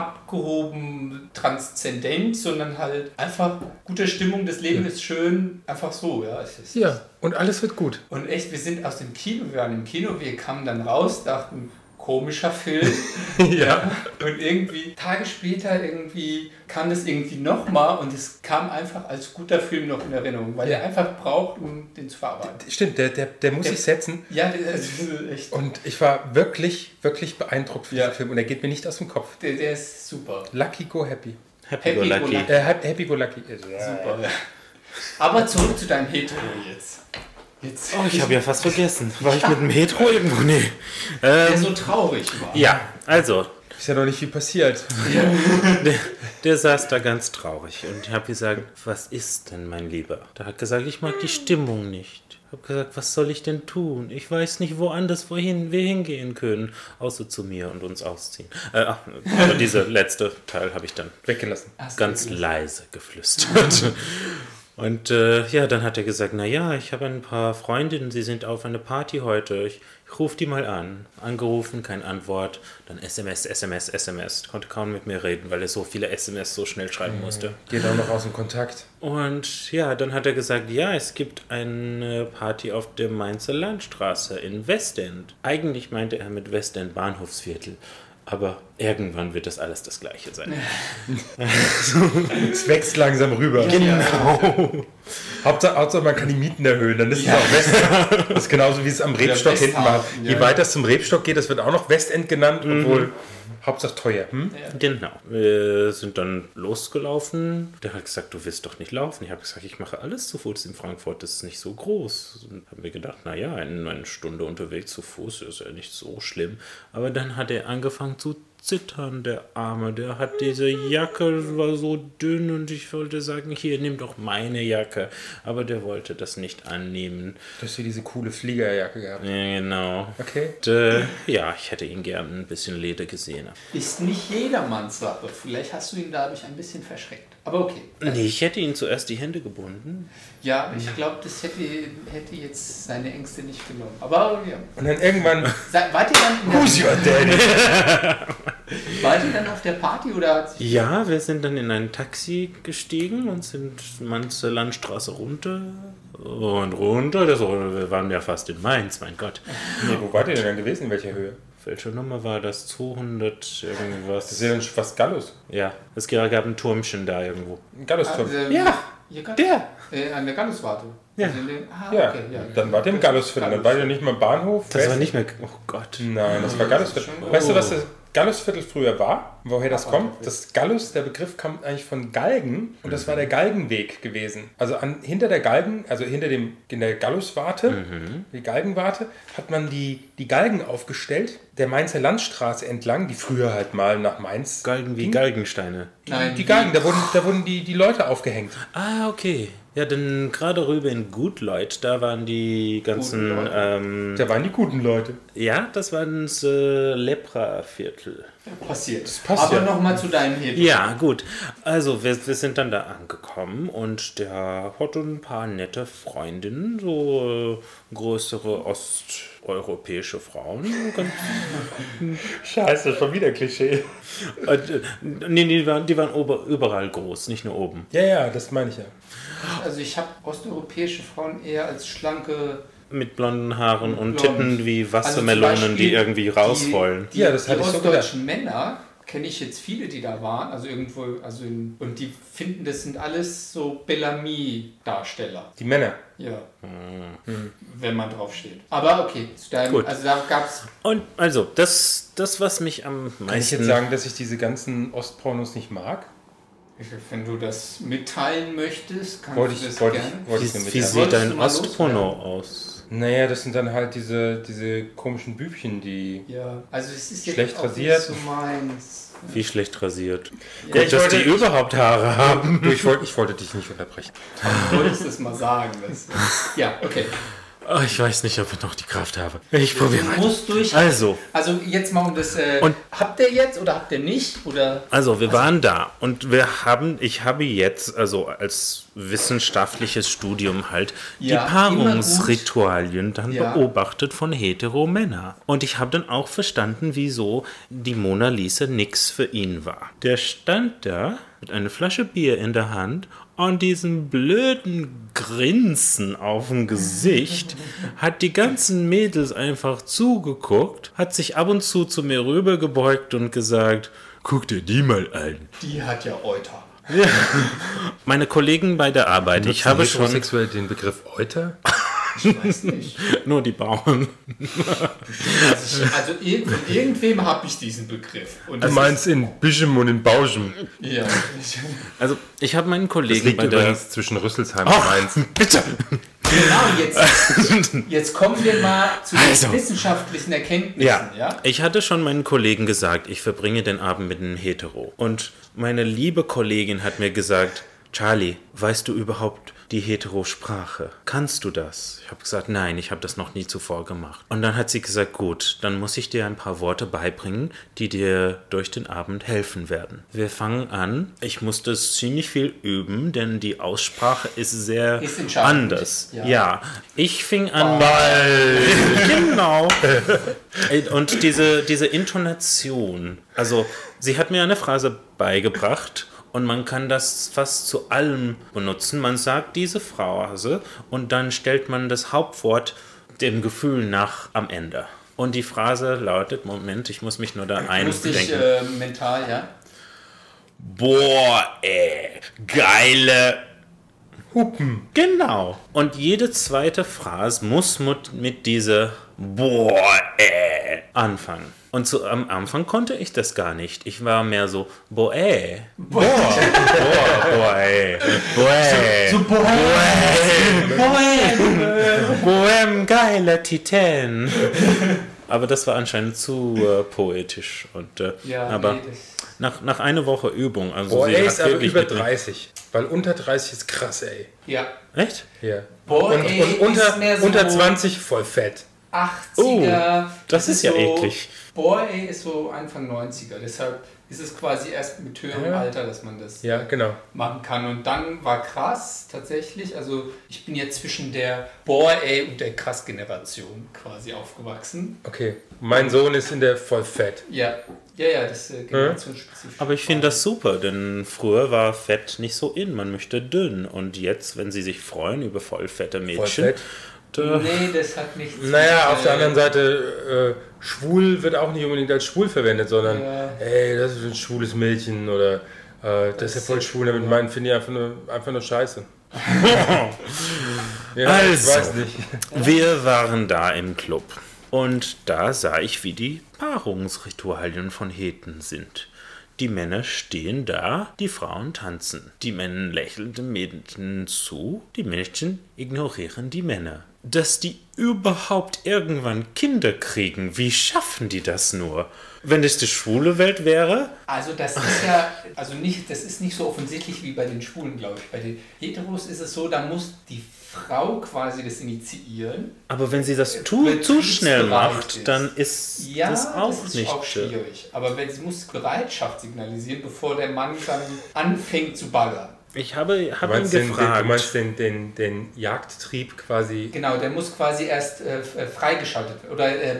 Speaker 1: abgehoben, transzendent, sondern halt einfach gute Stimmung, das Leben ist schön, einfach so, ja. Es ist,
Speaker 2: Ja, und alles wird gut.
Speaker 1: Und echt, wir sind aus dem Kino, wir waren im Kino, wir kamen dann raus, dachten, komischer Film.
Speaker 2: ja.
Speaker 1: und irgendwie, Tage später irgendwie kam das irgendwie nochmal und es kam einfach als guter Film noch in Erinnerung, weil er einfach braucht, um den zu verarbeiten.
Speaker 2: Stimmt, der, der, der muss sich setzen.
Speaker 1: Ja, das ist echt.
Speaker 2: Und ich war wirklich, wirklich beeindruckt von
Speaker 1: Ja.
Speaker 2: diesem Film. Und er geht mir nicht aus dem Kopf.
Speaker 1: Der, der ist super.
Speaker 2: Lucky go happy.
Speaker 3: Happy,
Speaker 1: Happy
Speaker 3: go
Speaker 1: go
Speaker 3: lucky.
Speaker 1: lucky.
Speaker 2: Äh, happy go lucky.
Speaker 1: Super. Aber zurück zu deinem Hetero jetzt. Jetzt.
Speaker 3: Oh, ich habe ja fast vergessen. War ich mit dem Hetero irgendwo? Nee.
Speaker 1: der so traurig war.
Speaker 3: Ja, also,
Speaker 2: Ist ja noch nicht viel passiert.
Speaker 3: Der saß da ganz traurig und ich habe gesagt, was ist denn, mein Lieber? Da hat gesagt, ich mag die Stimmung nicht. Ich habe gesagt, was soll ich denn tun? Ich weiß nicht, woanders, wohin wir hingehen können, außer zu mir und uns ausziehen. Äh, ach, aber diese letzte Teil habe ich dann
Speaker 2: Weggelassen.
Speaker 3: ganz leise geflüstert. Und äh, ja, dann hat er gesagt, naja, ich habe ein paar Freundinnen, sie sind auf eine Party heute. Ich, ich rufe die mal an. Angerufen, keine Antwort. Dann SMS, SMS, SMS. Konnte kaum mit mir reden, weil er so viele SMS so schnell schreiben musste.
Speaker 2: Geht auch noch aus dem Kontakt.
Speaker 3: Und ja, dann hat er gesagt, ja, es gibt eine Party auf der Mainzer Landstraße in Westend. Eigentlich meinte er mit Westend Bahnhofsviertel. Aber irgendwann wird das alles das gleiche sein.
Speaker 2: Es wächst langsam rüber. Genau. Hauptsache, Hauptsache, man kann die Mieten erhöhen, dann ist es auch Westend. Das ist genauso wie es am Rebstock hinten war.
Speaker 1: Westhafen,
Speaker 2: Je
Speaker 1: ja. Mhm.
Speaker 2: weiter es zum Rebstock geht, das wird auch noch Westend genannt, obwohl Hauptsache teuer. Hm?
Speaker 3: Genau. Wir sind dann losgelaufen. Der hat gesagt, du willst doch nicht laufen. Ich habe gesagt, ich mache alles zu Fuß in Frankfurt. Das ist nicht so groß. Und haben wir gedacht, naja, eine Stunde unterwegs zu Fuß ist ja nicht so schlimm. Aber dann hat er angefangen zu Zittern, der Arme. Der hat diese Jacke, war so dünn und ich wollte sagen, hier, nimm doch meine Jacke. Aber der wollte das nicht annehmen.
Speaker 2: Dass wir diese coole Fliegerjacke gehabt.
Speaker 3: Ja, genau.
Speaker 2: Okay.
Speaker 3: Und, äh, ja, ich hätte ihn gern ein bisschen Leder gesehen.
Speaker 1: Ist nicht jedermanns Sache. Vielleicht hast du ihn dadurch ein bisschen verschreckt. Aber okay.
Speaker 3: Nee, ich hätte ihn zuerst die Hände gebunden.
Speaker 1: Ja, ich glaube, das hätte, hätte jetzt seine Ängste nicht genommen. Aber ja.
Speaker 2: Und dann irgendwann,
Speaker 1: Seid- Wart ihr dann, in
Speaker 2: who's
Speaker 1: der,
Speaker 2: your daddy?
Speaker 1: wart ihr dann auf der Party oder hat sich
Speaker 3: Ja, wir sind dann in ein Taxi gestiegen und sind manche Landstraße runter und runter. Das, wir waren ja fast in Mainz, mein Gott.
Speaker 2: Nee, wo wart ihr denn dann gewesen? In welcher Höhe?
Speaker 3: Welche Nummer war das? 200
Speaker 2: Das
Speaker 3: irgendwas?
Speaker 2: ist ja dann schon fast Gallus.
Speaker 3: Ja, es gab ein Türmchen da irgendwo.
Speaker 2: Ein Gallus-Turm.
Speaker 1: Also,
Speaker 3: Ja,
Speaker 1: ihr Gall-
Speaker 3: der.
Speaker 1: Äh, an der Galluswarte.
Speaker 3: Ja.
Speaker 1: Also in den- ah,
Speaker 2: ja.
Speaker 1: okay, ja.
Speaker 2: Dann wart ihr im Gallusviertel. Dann wart ihr nicht mal Bahnhof.
Speaker 3: Das war
Speaker 2: West-
Speaker 3: nicht mehr. Oh Gott.
Speaker 2: Nein, das war Gallusviertel. Weißt du, was das Gallusviertel früher war? Woher das kommt? Das Gallus, der Begriff kommt eigentlich von Galgen und das war der Galgenweg gewesen. Also an, hinter der Galgen, also hinter dem, in der Galluswarte, die Galgenwarte, hat man die, die Galgen aufgestellt, der Mainzer Landstraße entlang, die früher halt mal nach Mainz.
Speaker 3: Galgen wie Galgensteine.
Speaker 1: Nein,
Speaker 2: Die Galgen, da wurden, da wurden die, die Leute aufgehängt.
Speaker 3: Ah, okay. Ja, denn gerade rüber in Gutleut, da waren die ganzen.
Speaker 1: Gutleut.
Speaker 3: Ähm,
Speaker 2: Da waren die guten Leute.
Speaker 3: ja, das war das äh, Lepra-Viertel.
Speaker 1: passiert.
Speaker 2: passt
Speaker 1: Aber
Speaker 2: ja.
Speaker 1: nochmal zu deinem Hit.
Speaker 3: Ja, gut. Also, wir, wir sind dann da angekommen und der hatte ein paar nette Freundinnen, so äh, größere osteuropäische Frauen. Ganz
Speaker 2: Scheiße, schon wieder Klischee.
Speaker 3: Äh, d- nee, nee, die waren, die waren ober, überall groß, nicht nur oben.
Speaker 2: Ja, ja, das meine ich ja.
Speaker 1: Also ich habe osteuropäische Frauen eher als schlanke.
Speaker 3: Mit blonden Haaren und
Speaker 1: Blond.
Speaker 3: Titten wie
Speaker 1: Also zum
Speaker 3: Wassermelonen, die
Speaker 1: Beispiel
Speaker 3: irgendwie raus wollen.
Speaker 1: Die,
Speaker 2: Ja, das hatte
Speaker 1: die
Speaker 2: ich so
Speaker 1: ostdeutschen Männer kenne ich jetzt viele, die da waren, also irgendwo, also in, und die finden, das sind alles so Bellamy-Darsteller.
Speaker 2: Die Männer.
Speaker 1: Ja.
Speaker 2: Hm.
Speaker 1: Wenn man drauf steht. Aber okay, zu deinem,
Speaker 3: Gut.
Speaker 1: also da gab es
Speaker 3: Und also, das, das, was mich am meisten.
Speaker 2: Kann ich jetzt sagen, dass ich diese ganzen Ostpornos nicht mag?
Speaker 1: Wenn du das mitteilen möchtest, kannst
Speaker 2: Wollte
Speaker 1: du das
Speaker 2: ich, wollte
Speaker 1: gerne.
Speaker 2: ich, wollte
Speaker 3: wie,
Speaker 2: ich nur
Speaker 3: wie
Speaker 2: mitteilen.
Speaker 3: sieht
Speaker 1: Wolltest
Speaker 3: dein
Speaker 1: du mal loswerden?
Speaker 3: Ostporno aus?
Speaker 2: Naja, das sind dann halt diese, diese komischen Bübchen, die.
Speaker 1: Ja, also es ist jetzt
Speaker 2: Schlecht
Speaker 1: auch
Speaker 2: rasiert.
Speaker 1: nicht so meins.
Speaker 3: Wie schlecht rasiert.
Speaker 1: Ja,
Speaker 3: Gut,
Speaker 1: ich
Speaker 3: dass
Speaker 2: wollte-
Speaker 3: die überhaupt Haare haben.
Speaker 2: Du, ich, wollte, ich wollte dich nicht unterbrechen.
Speaker 1: Du wolltest es mal sagen. Das. Ja, okay.
Speaker 3: Oh, ich weiß nicht, ob ich noch die Kraft habe. Ich probiere
Speaker 1: Du musst durch.
Speaker 3: Also,
Speaker 1: Also jetzt mal um das. Äh,
Speaker 3: Und-
Speaker 1: habt ihr jetzt oder habt ihr nicht? Oder
Speaker 3: Also, wir waren da und wir haben, ich habe jetzt, also als wissenschaftliches Studium halt,
Speaker 1: Ja,
Speaker 3: die
Speaker 1: immer
Speaker 3: Paarungsritualien dann
Speaker 1: Ja.
Speaker 3: beobachtet von Hetero-Männer. Und ich habe dann auch verstanden, wieso die Mona Lisa nix für ihn war. Der stand da mit einer Flasche Bier in der Hand und diesem blöden Grinsen auf dem Gesicht, hat die ganzen Mädels einfach zugeguckt, hat sich ab und zu zu mir rübergebeugt und gesagt, guck dir die mal an.
Speaker 1: die hat ja Euter.
Speaker 3: Meine Kollegen bei der Arbeit, ich habe schon
Speaker 2: sexuell den Begriff Euter.
Speaker 1: Ich weiß nicht.
Speaker 3: nur die Bauern.
Speaker 1: Also, ich, also ir von irgendwem habe ich diesen Begriff. Und das
Speaker 2: in Bischem und in Bauschem.
Speaker 1: Ist, ja. Ich,
Speaker 3: Also ich habe meinen
Speaker 2: Das
Speaker 3: Kollegen
Speaker 2: liegt
Speaker 3: bei der...
Speaker 2: übrigens zwischen Rüsselsheim
Speaker 3: Oh,
Speaker 2: und Mainz.
Speaker 3: bitte!
Speaker 1: genau. Jetzt, jetzt kommen wir mal zu den
Speaker 3: Also.
Speaker 1: wissenschaftlichen Erkenntnissen.
Speaker 3: Ja.
Speaker 1: Ja.
Speaker 3: ich hatte schon meinen Kollegen gesagt, ich verbringe den Abend mit einem Hetero. Und meine liebe Kollegin hat mir gesagt, Charlie, weißt du überhaupt die Hetero-Sprache? Kannst du das? Ich habe gesagt, nein, ich habe das noch nie zuvor gemacht. Und dann hat sie gesagt, gut, dann muss ich dir ein paar Worte beibringen, die dir durch den Abend helfen werden. Wir fangen an. Ich musste ziemlich viel üben, denn die Aussprache ist sehr
Speaker 1: Ist entscheidend.
Speaker 3: anders. Ja.
Speaker 1: Ja.
Speaker 3: ich fing an, Genau. Äh, Und diese, diese Intonation. Also, sie hat mir eine Phrase beigebracht und man kann das fast zu allem benutzen. Man sagt diese Phrase und dann stellt man das Hauptwort dem Gefühl nach am Ende. Und die Phrase lautet: Moment, ich muss mich nur da
Speaker 1: Musste ich
Speaker 3: eindenken.
Speaker 1: äh, mental, ja.
Speaker 3: Boah, ey, geile
Speaker 2: Hupen.
Speaker 3: Genau. Und jede zweite Phrase muss mit, mit dieser Boah, äh, anfangen. Und zu, am Anfang konnte ich das gar nicht. Ich war mehr so Boah, äh. Boah, boah, boah, äh, boah, äh. Bohem, Bohem, geiler Titan. Aber das war anscheinend zu äh, poetisch. Und, äh,
Speaker 1: Ja,
Speaker 3: aber
Speaker 1: nee, das,
Speaker 3: nach, nach einer Woche Übung, also
Speaker 2: Boah,
Speaker 3: sie
Speaker 2: ey,
Speaker 3: hat
Speaker 2: ist aber
Speaker 3: wirklich
Speaker 2: über
Speaker 3: getan-
Speaker 2: 30. Weil unter 30 ist krass, ey.
Speaker 1: ja.
Speaker 3: Echt?
Speaker 2: Hier.
Speaker 1: Boah,
Speaker 2: und,
Speaker 1: ey,
Speaker 2: und unter,
Speaker 1: ist mehr so
Speaker 2: unter 20 voll fett.
Speaker 1: 80er.
Speaker 3: Oh, das ist ja
Speaker 1: so,
Speaker 3: eklig.
Speaker 1: Boy ist so Anfang 90er, deshalb ist es quasi erst mit höherem
Speaker 2: Ja.
Speaker 1: Alter, dass man das
Speaker 2: Ja, genau.
Speaker 1: machen kann. Und dann war krass tatsächlich, also ich bin jetzt zwischen der Boy und der Krass-Generation quasi aufgewachsen.
Speaker 2: Okay. Mein Sohn ist in der voll fett.
Speaker 1: Ja, ja, ja, das ist äh, generationsspezifisch.
Speaker 3: Hm? Aber ich finde das super, denn früher war Fett nicht so in, man möchte dünn. Und jetzt, wenn sie sich freuen über vollfette
Speaker 2: Voll
Speaker 3: Mädchen,
Speaker 2: fett.
Speaker 3: da-
Speaker 1: Nee, das hat nichts.
Speaker 2: Naja,
Speaker 1: mit,
Speaker 2: auf der
Speaker 1: äh,
Speaker 2: anderen Seite, äh, schwul wird auch nicht unbedingt als schwul verwendet, sondern,
Speaker 1: Ja.
Speaker 2: ey, das ist ein schwules Mädchen oder äh, das ist ja voll schwul. Damit meinen finde ich einfach nur, einfach nur scheiße. Ja,
Speaker 3: Also.
Speaker 2: Ich weiß nicht.
Speaker 3: wir waren da im Club. Und da sah ich, wie die Paarungsritualien von Heten sind. Die Männer stehen da, die Frauen tanzen. Die Männer lächeln den Mädchen zu, die Mädchen ignorieren die Männer. Dass die überhaupt irgendwann Kinder kriegen, wie schaffen die das nur? Wenn es die schwule Welt wäre,
Speaker 1: Also das ist ja, also nicht, das ist nicht so offensichtlich wie bei den Schwulen, glaube ich. Bei den Heteros ist es so, da muss die Frau quasi das initiieren.
Speaker 3: Aber wenn sie das tu, zu schnell
Speaker 1: betriebsbereit
Speaker 3: macht,
Speaker 1: Äh, ist.
Speaker 3: dann ist
Speaker 1: Ja,
Speaker 3: das auch
Speaker 1: ist
Speaker 3: nicht
Speaker 1: auch
Speaker 3: schön.
Speaker 1: schwierig. Aber wenn, sie muss Bereitschaft signalisieren, bevor der Mann dann anfängt zu baggern.
Speaker 3: Ich habe,
Speaker 2: Du
Speaker 3: habe ihn
Speaker 2: meinst, den, den, du meinst
Speaker 3: gefragt.
Speaker 2: den, den, den Jagdtrieb quasi.
Speaker 1: Genau, der muss quasi erst äh, f- äh, freigeschaltet werden. Oder äh,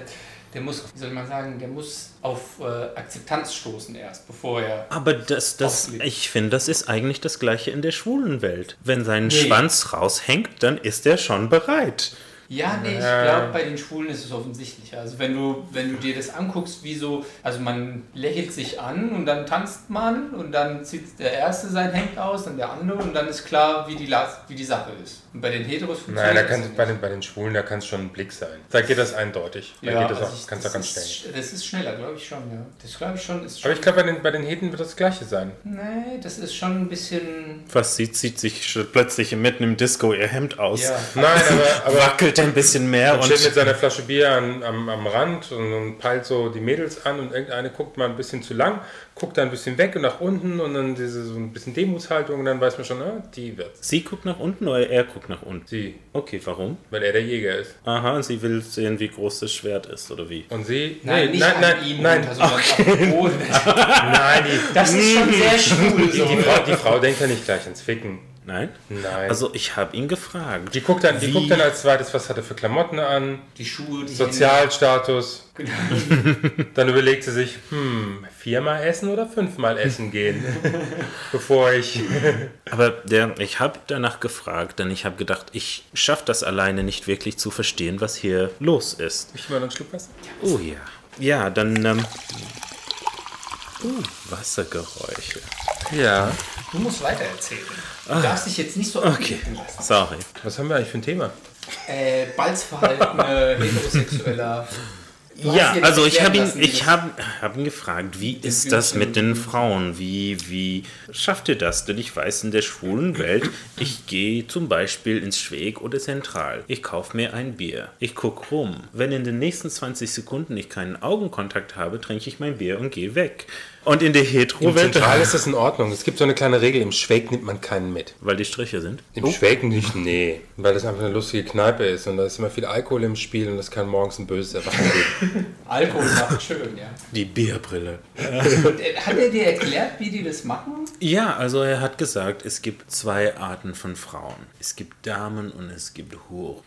Speaker 1: der muss, wie soll man sagen, der muss auf äh, Akzeptanz stoßen erst, bevor er...
Speaker 3: Aber das, das,
Speaker 1: Aufblick.
Speaker 3: ich finde, das ist eigentlich das Gleiche in der schwulen Welt. Wenn sein
Speaker 1: Nee.
Speaker 3: Schwanz raushängt, dann ist er schon bereit.
Speaker 1: Ja, nee, ich glaube, bei den Schwulen ist es offensichtlicher. Also wenn du, wenn du dir das anguckst, wie so, also man lächelt sich an und dann tanzt man und dann zieht der Erste sein Hemd aus, dann der andere und dann ist klar, wie die, Las- wie die Sache ist. Und bei den Heteros
Speaker 2: Nein, da
Speaker 1: das
Speaker 2: kann,
Speaker 1: nicht.
Speaker 2: bei, den, bei den Schwulen, da kann es schon ein Blick sein. Da geht das eindeutig. Da geht das
Speaker 1: also
Speaker 2: auch,
Speaker 1: ich-
Speaker 2: kannst du auch ganz
Speaker 1: ist,
Speaker 2: schnell.
Speaker 1: sch- Das ist schneller, glaube ich schon, ja. Das glaube ich schon, ist
Speaker 2: Aber
Speaker 1: schon,
Speaker 2: ich glaube, bei den, bei den Heten wird das Gleiche sein.
Speaker 1: nee, das ist schon ein bisschen,
Speaker 3: Was sie zieht sich sch- plötzlich mitten im Disco ihr Hemd aus,
Speaker 1: ja.
Speaker 2: Nein, aber, aber
Speaker 3: wackelt ein bisschen mehr
Speaker 2: Man steht mit
Speaker 3: und
Speaker 2: seiner Flasche Bier an, am, am Rand und, und peilt so die Mädels an und irgendeine guckt mal ein bisschen zu lang, guckt dann ein bisschen weg und nach unten und dann diese so ein bisschen Demutshaltung und dann weiß man schon, ah, die wird's.
Speaker 3: sie guckt nach unten oder er guckt nach unten.
Speaker 2: Sie,
Speaker 3: Okay, warum?
Speaker 2: weil er der Jäger ist.
Speaker 3: Aha, und sie will sehen, wie groß das Schwert ist oder wie.
Speaker 2: Und sie,
Speaker 1: Nein,
Speaker 2: nee,
Speaker 1: nicht
Speaker 2: nein,
Speaker 1: an
Speaker 2: nein,
Speaker 1: ihm
Speaker 2: nein,
Speaker 1: runter, sondern auf den Boden.
Speaker 2: nein, die,
Speaker 1: Das ist schon sehr schwul.
Speaker 2: die,
Speaker 1: So.
Speaker 2: die, Frau, die Frau denkt ja nicht gleich ans Ficken.
Speaker 3: Nein?
Speaker 2: Nein.
Speaker 3: Also ich habe ihn gefragt.
Speaker 2: die guckt dann, die
Speaker 3: Wie?
Speaker 2: guckt dann als zweites, was hat er für Klamotten an,
Speaker 1: Die Schuhe, die
Speaker 2: Sozialstatus.
Speaker 1: Genau.
Speaker 2: Dann überlegt sie sich, hm, viermal essen oder fünfmal essen gehen, bevor ich
Speaker 3: Aber der, ich habe danach gefragt, denn ich habe gedacht, ich schaffe das alleine nicht wirklich zu verstehen, was hier los ist.
Speaker 2: Ich mal einen Schluck was?
Speaker 3: Oh ja. Ja, dann. Ähm, uh, Wassergeräusche.
Speaker 2: Ja.
Speaker 1: Du musst weitererzählen. Du
Speaker 2: Ah.
Speaker 1: darfst dich jetzt nicht so ablenken lassen.
Speaker 3: Sorry.
Speaker 2: Was haben wir eigentlich für ein Thema?
Speaker 1: Äh, Balzverhalten äh, heterosexueller. Du hast
Speaker 3: Ja,
Speaker 1: dir das
Speaker 3: also ich
Speaker 1: erklären
Speaker 3: habe ihn,
Speaker 1: lassen,
Speaker 3: ich
Speaker 1: das-
Speaker 3: hab, hab ihn gefragt, wie ist das mit den Frauen? Wie, wie schafft ihr das? Denn ich weiß, in der schwulen Welt, ich gehe zum Beispiel ins Schweg oder Zentral. Ich kaufe mir ein Bier. Ich gucke rum. Wenn in den nächsten 20 Sekunden ich keinen Augenkontakt habe, trinke ich mein Bier und gehe weg. Und in der
Speaker 2: Im
Speaker 3: Hetero-Welt,
Speaker 2: Zentral ist das in Ordnung. Es gibt so eine kleine Regel, im Schweig nimmt man keinen mit.
Speaker 3: weil die Striche sind.
Speaker 2: Im Schweig nicht? Nee. Weil das einfach eine lustige Kneipe ist und da ist immer viel Alkohol im Spiel und das kann morgens ein böses Erwachen geben.
Speaker 1: Alkohol macht schön, ja.
Speaker 3: Die Bierbrille.
Speaker 1: Und, äh, hat er dir erklärt, wie die das machen?
Speaker 3: Ja, also er hat gesagt, es gibt zwei Arten von Frauen. Es gibt Damen und es gibt Huren.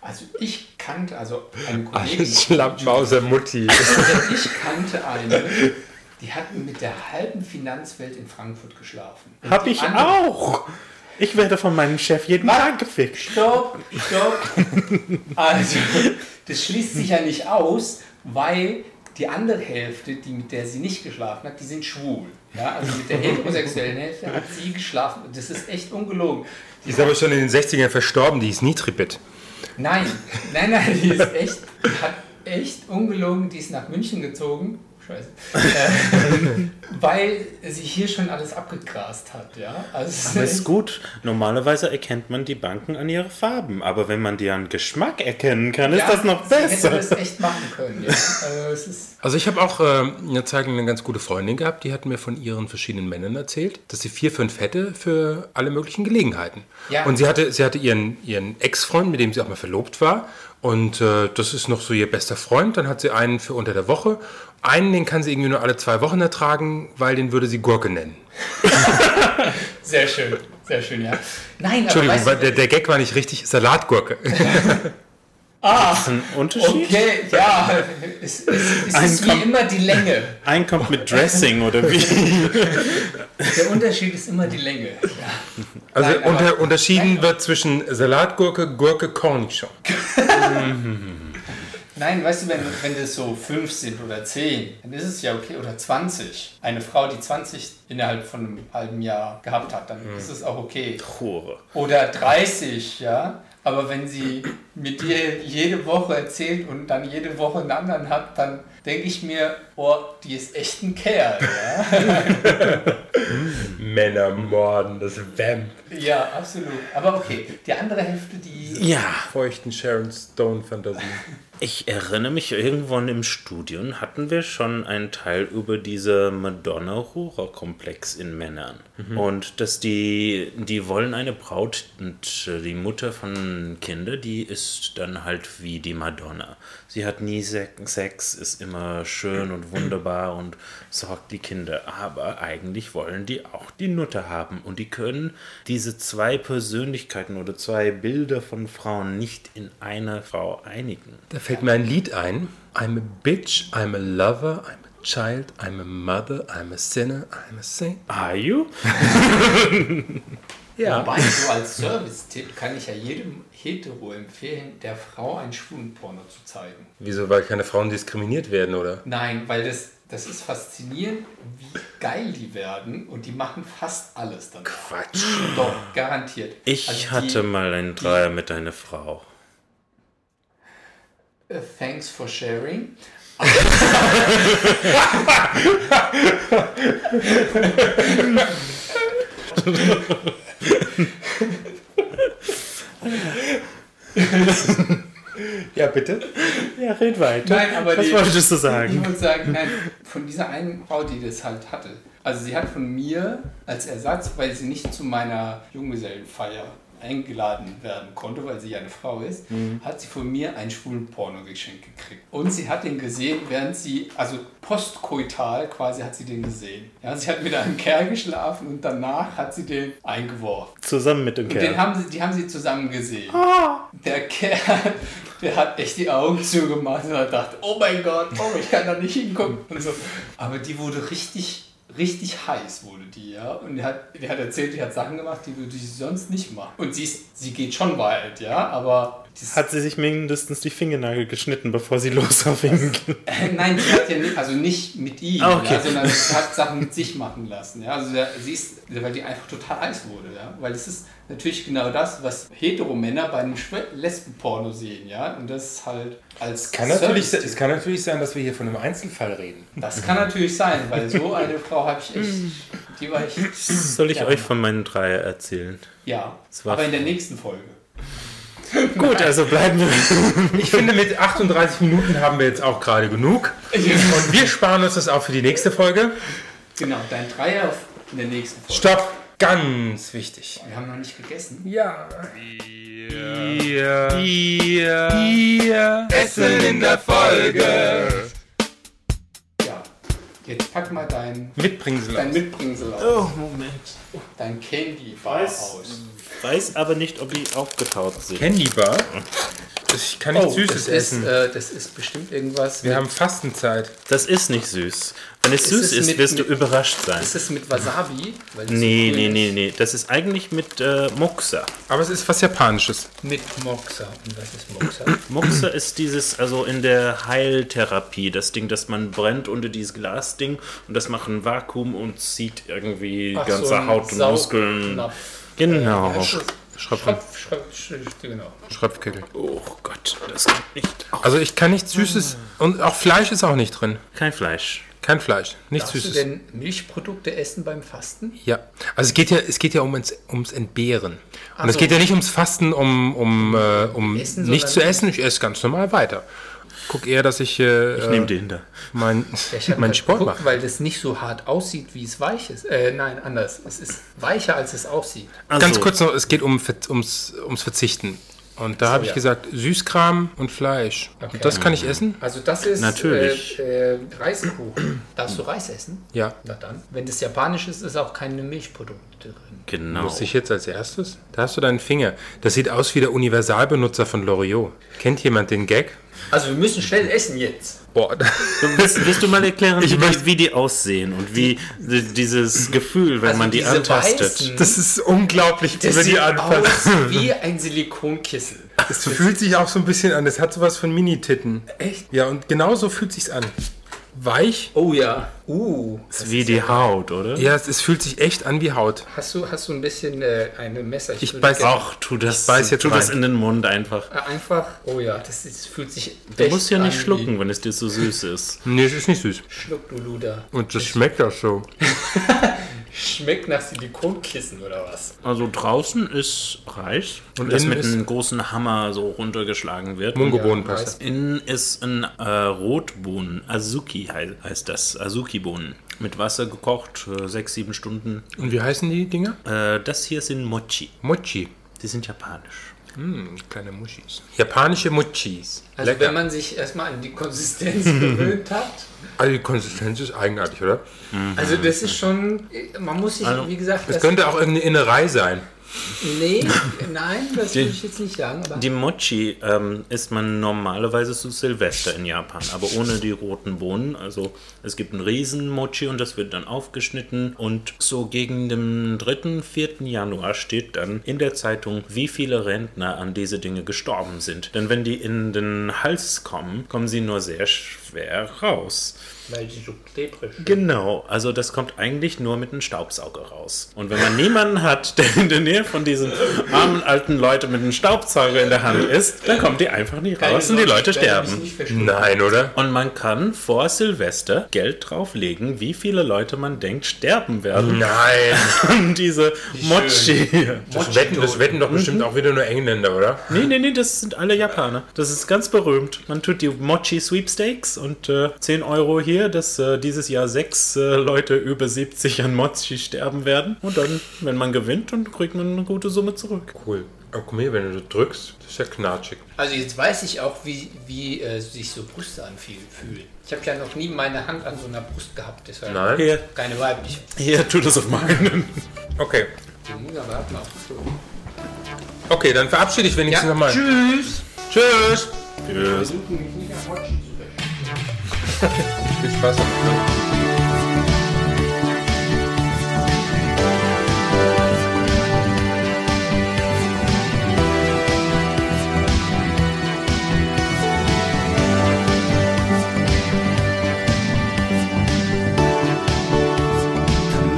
Speaker 1: Also ich kannte, also einen Kollegen,
Speaker 2: Alles Schlappmauser Mutti.
Speaker 1: also ich kannte eine, die hatten mit der halben Finanzwelt in Frankfurt geschlafen. Und
Speaker 3: Hab
Speaker 1: die
Speaker 3: ich
Speaker 1: andere-
Speaker 3: auch. Ich werde von meinem Chef jeden Tag gefickt.
Speaker 1: Stopp, stopp. Also, das schließt sich ja nicht aus, weil die andere Hälfte, die mit der sie nicht geschlafen hat, die sind schwul. Ja, also mit der heterosexuellen Hälfte hat sie geschlafen. Das ist echt ungelogen.
Speaker 2: Die ist aber schon in den 60ern verstorben, die ist Nitribit.
Speaker 1: Nein, nein, nein, die ist echt, die hat echt ungelogen, die ist nach München gezogen Scheiße. Äh, weil sie hier schon alles abgegrast hat, ja. Also
Speaker 3: Das ist gut. Normalerweise erkennt man die Banken an ihre Farben, aber wenn man die an Geschmack erkennen kann, ist
Speaker 1: ja,
Speaker 3: das noch
Speaker 1: sie Hätte
Speaker 3: besser.
Speaker 1: das echt machen können, ja. Also es ist
Speaker 2: Also ich habe auch ähm, eine Zeit lang eine ganz gute Freundin gehabt, die hat mir von ihren verschiedenen Männern erzählt, dass sie vier, fünf hätte für alle möglichen Gelegenheiten.
Speaker 1: Ja.
Speaker 2: Und sie hatte, sie hatte ihren, ihren Ex-Freund, mit dem sie auch mal verlobt war. Und äh, das ist noch so ihr bester Freund. Dann hat sie einen für unter der Woche. Einen, den kann sie irgendwie nur alle zwei Wochen ertragen, weil den würde sie Gurke nennen.
Speaker 1: sehr schön, sehr schön, ja. Nein, aber
Speaker 2: Entschuldigung,
Speaker 1: weißt du,
Speaker 2: weil der, der Gag war nicht richtig. Salatgurke.
Speaker 3: Ein Unterschied?
Speaker 1: Okay, ja, es, es, es ist wie
Speaker 3: Einkommen-
Speaker 1: immer die Länge.
Speaker 3: Ein kommt mit Dressing oder wie?
Speaker 1: Der Unterschied ist immer die Länge. Ja.
Speaker 2: Also
Speaker 1: Nein, aber-
Speaker 2: unter, unterschieden
Speaker 1: Nein.
Speaker 2: wird zwischen Salatgurke, Gurke, Cornichon.
Speaker 1: Nein, weißt du, wenn, wenn das so fünf sind oder zehn, dann ist es ja okay, oder 20. Eine Frau, die 20 innerhalb von einem halben Jahr gehabt hat, dann ist es auch okay.
Speaker 3: Hure.
Speaker 1: Oder 30, ja. Aber wenn sie mit dir jede Woche erzählt und dann jede Woche einen anderen hat, dann denke ich mir, oh, die ist echt ein Kerl, ja.
Speaker 2: Männer morden, das Vamp.
Speaker 1: ja, absolut. Aber okay, die andere Hälfte, die...
Speaker 3: Ja.
Speaker 2: Feuchten Sharon Stone-Fantasien.
Speaker 3: Ich erinnere mich, irgendwann im Studium hatten wir schon einen Teil über diese Madonna-Rura-Komplex in Männern. Und dass die, die wollen eine Braut und äh, die Mutter von Kinder, die ist dann halt wie die Madonna. Sie hat nie Se- Sex, ist immer schön und wunderbar und sorgt die Kinder. Aber eigentlich wollen die auch die Nutte haben. Und die können diese zwei Persönlichkeiten oder zwei Bilder von Frauen nicht in einer Frau einigen.
Speaker 2: Da fällt mir ein Lied ein. I'm a bitch, I'm a lover, I'm a child, I'm a mother, I'm a sinner, I'm a saint.
Speaker 3: Are you?
Speaker 1: Wobei, so als Service-Tipp kann ich ja jedem Hetero empfehlen, der Frau einen schwulen Porno zu zeigen.
Speaker 2: Wieso? Weil keine Frauen diskriminiert werden, oder?
Speaker 1: Nein, weil das, das ist faszinierend, wie geil die werden und die machen fast alles dann.
Speaker 2: Quatsch.
Speaker 1: Doch, garantiert.
Speaker 3: Ich
Speaker 1: Also die-
Speaker 3: hatte mal einen Dreier mit einer Frau.
Speaker 1: Äh, Thanks for sharing.
Speaker 2: Ja, bitte?
Speaker 3: Ja, red weiter.
Speaker 1: Nein, aber
Speaker 3: Was
Speaker 1: die-
Speaker 3: wolltest du
Speaker 1: Ich
Speaker 3: sagen?
Speaker 1: würde sagen, nein, von dieser einen Frau, die das halt hatte. Also sie hat von mir als Ersatz, weil sie nicht zu meiner Junggesellenfeier eingeladen werden konnte, weil sie ja eine Frau ist, hat sie von mir einen schwulen Porno geschenkt gekriegt. Und sie hat den gesehen, während sie, also postkoital quasi hat sie den gesehen. Ja, sie hat mit einem Kerl geschlafen und danach hat sie den eingeworfen.
Speaker 3: Zusammen mit dem
Speaker 1: Und Den
Speaker 3: Kerl.
Speaker 1: haben sie, die haben sie zusammen gesehen. Der Kerl, der hat echt die Augen zugemacht und hat gedacht, oh mein Gott, oh, ich kann da nicht hingucken und so. Aber die wurde richtig, richtig heiß wurde die, ja. Und die hat, die hat erzählt, die hat Sachen gemacht, die würde sie sonst nicht machen. Und sie, ist, sie geht schon weit, ja, aber... das-
Speaker 3: Hat sie sich mindestens die Fingernagel geschnitten, bevor sie los auf ihn ging?
Speaker 1: Nein, sie hat ja nicht, also nicht mit ihm,
Speaker 3: Ah, okay.
Speaker 1: ja, sondern sie hat Sachen mit sich machen lassen. Ja? Also der, sie ist, weil die einfach total heiß wurde, ja. Weil es ist natürlich genau das, was Hetero-Männer bei einem Schwe- Lesben-Porno sehen, ja. Und das ist halt als
Speaker 2: Kann
Speaker 1: Service-
Speaker 2: natürlich, es kann natürlich sein, dass wir hier von einem Einzelfall reden.
Speaker 1: Das kann natürlich sein, weil so eine Frau habe ich echt. Die war ich.
Speaker 3: Soll ich
Speaker 1: Ja.
Speaker 3: euch von meinen Dreier erzählen?
Speaker 1: Ja.
Speaker 3: Das war-
Speaker 1: Aber in der nächsten Folge.
Speaker 3: Gut, also bleiben wir.
Speaker 2: Ich finde, mit 38 Minuten haben wir jetzt auch gerade genug. Und wir sparen uns das auch für die nächste Folge.
Speaker 1: Genau, dein Dreier auf- in der nächsten Folge.
Speaker 2: Stopp! Ganz wichtig.
Speaker 1: Wir haben noch nicht gegessen.
Speaker 2: Ja. Bier. Bier. Bier. Essen in der Folge.
Speaker 1: Ja. Jetzt pack mal dein,
Speaker 2: Mitbringsel.
Speaker 1: dein Mitbringsel aus.
Speaker 3: Oh, Moment.
Speaker 1: Dein Candy Bar
Speaker 3: Weiß-
Speaker 1: aus.
Speaker 3: Weiß aber nicht, ob die aufgetaut sind.
Speaker 2: Candy Bar. Ich kann nicht Süßes essen.
Speaker 1: Oh, das ist bestimmt irgendwas.
Speaker 2: Wir haben Fastenzeit.
Speaker 3: Das ist nicht süß. Wenn es süß
Speaker 1: es
Speaker 3: ist,
Speaker 1: mit-
Speaker 3: wirst du
Speaker 1: mit-
Speaker 3: überrascht sein.
Speaker 1: ist es mit Wasabi? Weil das
Speaker 3: Nee,
Speaker 1: so
Speaker 3: nee,
Speaker 1: grün
Speaker 3: nee,
Speaker 1: ist.
Speaker 3: nee. Das ist eigentlich mit äh, Moxa.
Speaker 2: Aber es ist was Japanisches.
Speaker 1: Mit Moxa. Und was ist Moxa?
Speaker 3: Moxa ist dieses, also in der Heiltherapie, das Ding, das man brennt unter dieses Glasding und das macht ein Vakuum und zieht irgendwie
Speaker 1: Ach,
Speaker 3: ganze
Speaker 1: so ein
Speaker 3: Haut und
Speaker 1: Sau-
Speaker 3: Muskeln.
Speaker 1: Napf.
Speaker 3: Genau.
Speaker 1: Ja, Schröpf-
Speaker 2: Schröpf,
Speaker 1: Schröpf, Schröpf, Schröpf, genau.
Speaker 2: Schröpfkegel.
Speaker 3: Oh Gott, das geht nicht. Auch
Speaker 2: Also ich kann nichts Süßes. Und auch Fleisch ist auch nicht drin.
Speaker 3: kein Fleisch.
Speaker 2: Kein Fleisch, nichts
Speaker 1: Darfst du
Speaker 2: Süßes.
Speaker 1: denn Milchprodukte essen beim Fasten?
Speaker 2: Ja, also es geht ja, es geht ja um ins, ums Entbehren. Und
Speaker 1: Ach
Speaker 2: es
Speaker 1: so.
Speaker 2: geht ja nicht ums Fasten, um, um, äh, um
Speaker 1: Essen,
Speaker 2: nicht
Speaker 1: sondern-
Speaker 2: zu essen. Ich esse ganz normal weiter. Guck eher, dass ich, äh,
Speaker 3: Ich nehme den da.
Speaker 2: mein,
Speaker 1: Ja, ich hab
Speaker 2: meinen
Speaker 1: grad
Speaker 2: Sport
Speaker 1: geguckt,
Speaker 2: mache.
Speaker 1: Weil das nicht so hart aussieht, wie es weich ist. Äh, nein, anders. Es ist weicher, als es aussieht.
Speaker 2: Ganz
Speaker 3: Also,
Speaker 2: kurz noch, es geht um, Ver- ums, ums Verzichten. Und da habe ich
Speaker 1: ja.
Speaker 2: gesagt, Süßkram und Fleisch.
Speaker 1: Okay.
Speaker 2: Und das kann ich essen?
Speaker 1: Also das ist
Speaker 3: Natürlich.
Speaker 1: Äh, äh, Reiskuchen. Darfst du Reis essen?
Speaker 2: Ja.
Speaker 1: Na dann. Wenn das japanisch ist, ist auch keine Milchprodukte drin.
Speaker 3: Genau.
Speaker 2: Muss ich jetzt als erstes? Da hast du deinen Finger. Das sieht aus wie der Universalbenutzer von Loriot. Kennt jemand den Gag?
Speaker 1: Also wir müssen schnell essen jetzt.
Speaker 2: Boah,
Speaker 3: Willst, willst du mal erklären,
Speaker 2: Ich
Speaker 3: wie,
Speaker 2: möchte-
Speaker 3: die, wie die aussehen und wie die- dieses Gefühl, wenn
Speaker 1: Also
Speaker 3: man die
Speaker 1: diese
Speaker 3: antastet?
Speaker 1: weißen-
Speaker 2: das ist unglaublich,
Speaker 1: Das
Speaker 2: wenn
Speaker 1: sieht
Speaker 2: anfangen.
Speaker 1: aus wie ein Silikonkissen.
Speaker 2: Es fühlt sich auch so ein bisschen an. Es hat sowas von Mini-Titten.
Speaker 1: Echt?
Speaker 2: Ja, und genau so fühlt sich's an. Weich.
Speaker 1: Oh ja. Uh.
Speaker 3: Das ist wie die Haut, oder?
Speaker 2: Ja, es, es fühlt sich echt an wie Haut.
Speaker 1: Hast du, hast du ein bisschen äh, eine Messer?
Speaker 2: Ich
Speaker 1: würde
Speaker 2: beiß
Speaker 1: gerne-
Speaker 3: Ach, tu das,
Speaker 2: beiß jetzt
Speaker 3: tu das
Speaker 2: rein.
Speaker 3: in den Mund einfach.
Speaker 1: äh, Einfach. Oh ja, das, ist, fühlt sich.
Speaker 3: Du musst ja nicht schlucken, wenn es dir zu süß ist.
Speaker 2: Nee, es ist nicht süß.
Speaker 1: Schluck, du Luder.
Speaker 2: Und das schmeckt auch so.
Speaker 1: Schmeckt nach Silikonkissen oder was?
Speaker 3: Also draußen ist Reis und das
Speaker 2: innen
Speaker 3: mit
Speaker 2: ist-
Speaker 3: einem großen Hammer so runtergeschlagen wird.
Speaker 2: Mungobohnenpasta.
Speaker 3: Innen ist ein äh, Rotbohnen, Azuki hei- heißt das, Azuki-Bohnen. Mit Wasser gekocht, äh, sechs, sieben Stunden.
Speaker 2: Und wie heißen die Dinger?
Speaker 3: Äh, das hier sind Mochi.
Speaker 2: Mochi.
Speaker 3: Die sind japanisch.
Speaker 2: Hm, kleine Muschis. Japanische Mochis.
Speaker 1: Also
Speaker 2: Lecker.
Speaker 1: wenn man sich erstmal an die Konsistenz gewöhnt hat.
Speaker 2: Also die Konsistenz ist eigenartig, oder?
Speaker 1: Also das ist schon, äh, man muss sich, wie gesagt,
Speaker 2: Es
Speaker 1: das,
Speaker 2: könnte auch irgendeine Innerei sein.
Speaker 1: nee, nein, das würde ich jetzt nicht sagen, aber
Speaker 3: Die Mochi ähm, isst man normalerweise zu Silvester in Japan, aber ohne die roten Bohnen. Also es gibt einen riesen Mochi und das wird dann aufgeschnitten. Und so gegen den 3., 4. Januar steht dann in der Zeitung, wie viele Rentner an diese Dinge gestorben sind. Denn wenn die in den Hals kommen, kommen sie nur sehr schwer raus.
Speaker 1: weil die so klebrig sind.
Speaker 3: Genau, also das kommt eigentlich nur mit einem Staubsauger raus. Und wenn man niemanden hat, der in der Nähe von diesen armen alten Leuten mit einem Staubsauger in der Hand ist, dann kommt die einfach nicht raus und die Leute sterben.
Speaker 1: Nein.
Speaker 2: Nein, oder?
Speaker 3: Und man kann vor Silvester Geld drauflegen, wie viele Leute man denkt sterben werden
Speaker 2: Nein.
Speaker 3: an diese Mochi.
Speaker 2: Das wetten, das wetten doch bestimmt auch wieder nur Engländer, oder?
Speaker 3: Nee, nee, nee, das sind alle Japaner. Das ist ganz berühmt. Man tut die Mochi Sweepstakes und äh, 10 Euro hier, dass äh, dieses Jahr sechs äh, Leute über 70 an Mochi sterben werden. Und dann, wenn man gewinnt, dann kriegt man eine gute Summe zurück.
Speaker 2: Cool. Aber guck mal hier, wenn du so drückst, das ist ja knatschig.
Speaker 1: Also jetzt weiß ich auch, wie, wie äh, sich so Brüste anfühlen. fühlen. Ich habe ja noch nie meine Hand an so einer Brust gehabt, deshalb
Speaker 2: Nein?
Speaker 3: Hier,
Speaker 1: keine weibliche.
Speaker 3: hier, tu das auf meinen.
Speaker 2: Okay.
Speaker 1: Die Mutter war auch so.
Speaker 2: Okay, dann verabschiede ich wenigstens nochmal.
Speaker 1: Tschüss.
Speaker 2: Tschüss.
Speaker 3: Tschüss.
Speaker 2: Viel Spaß.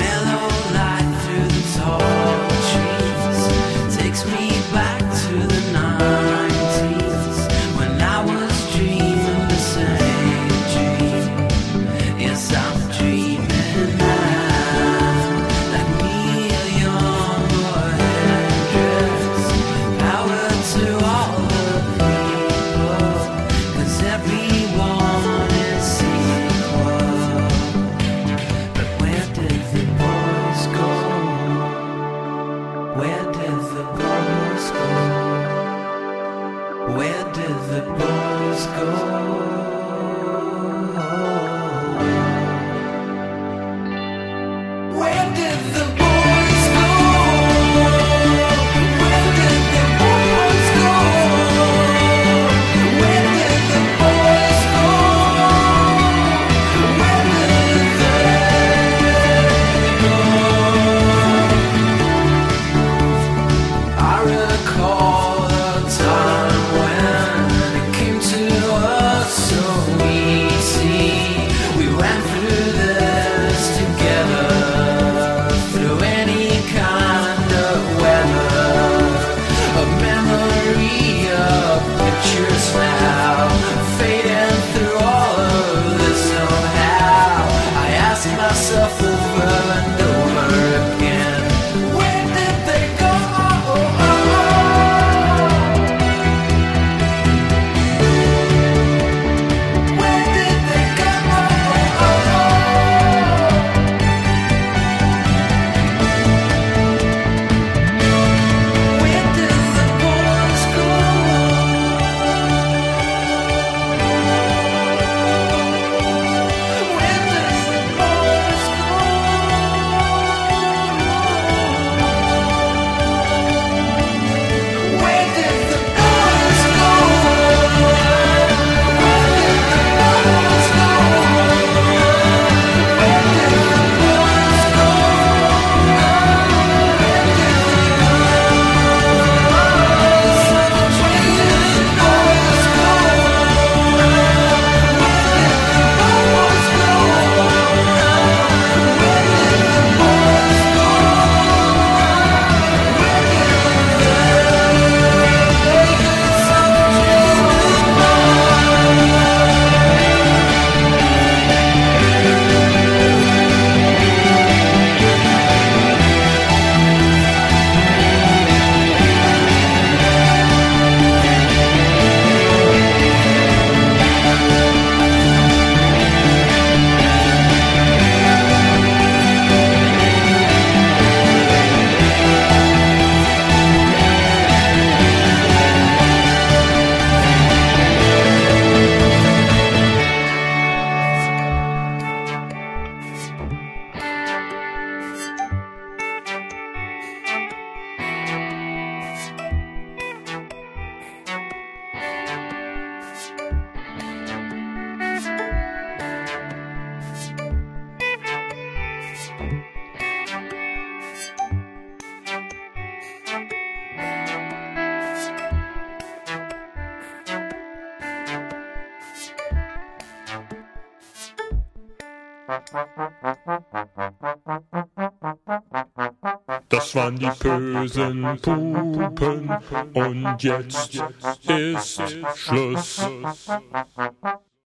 Speaker 6: Mellow light through the tall trees takes me back to the 90s when I was dreaming the same dream. Yes, I
Speaker 7: Das waren die bösen Pupen und jetzt ist Schluss.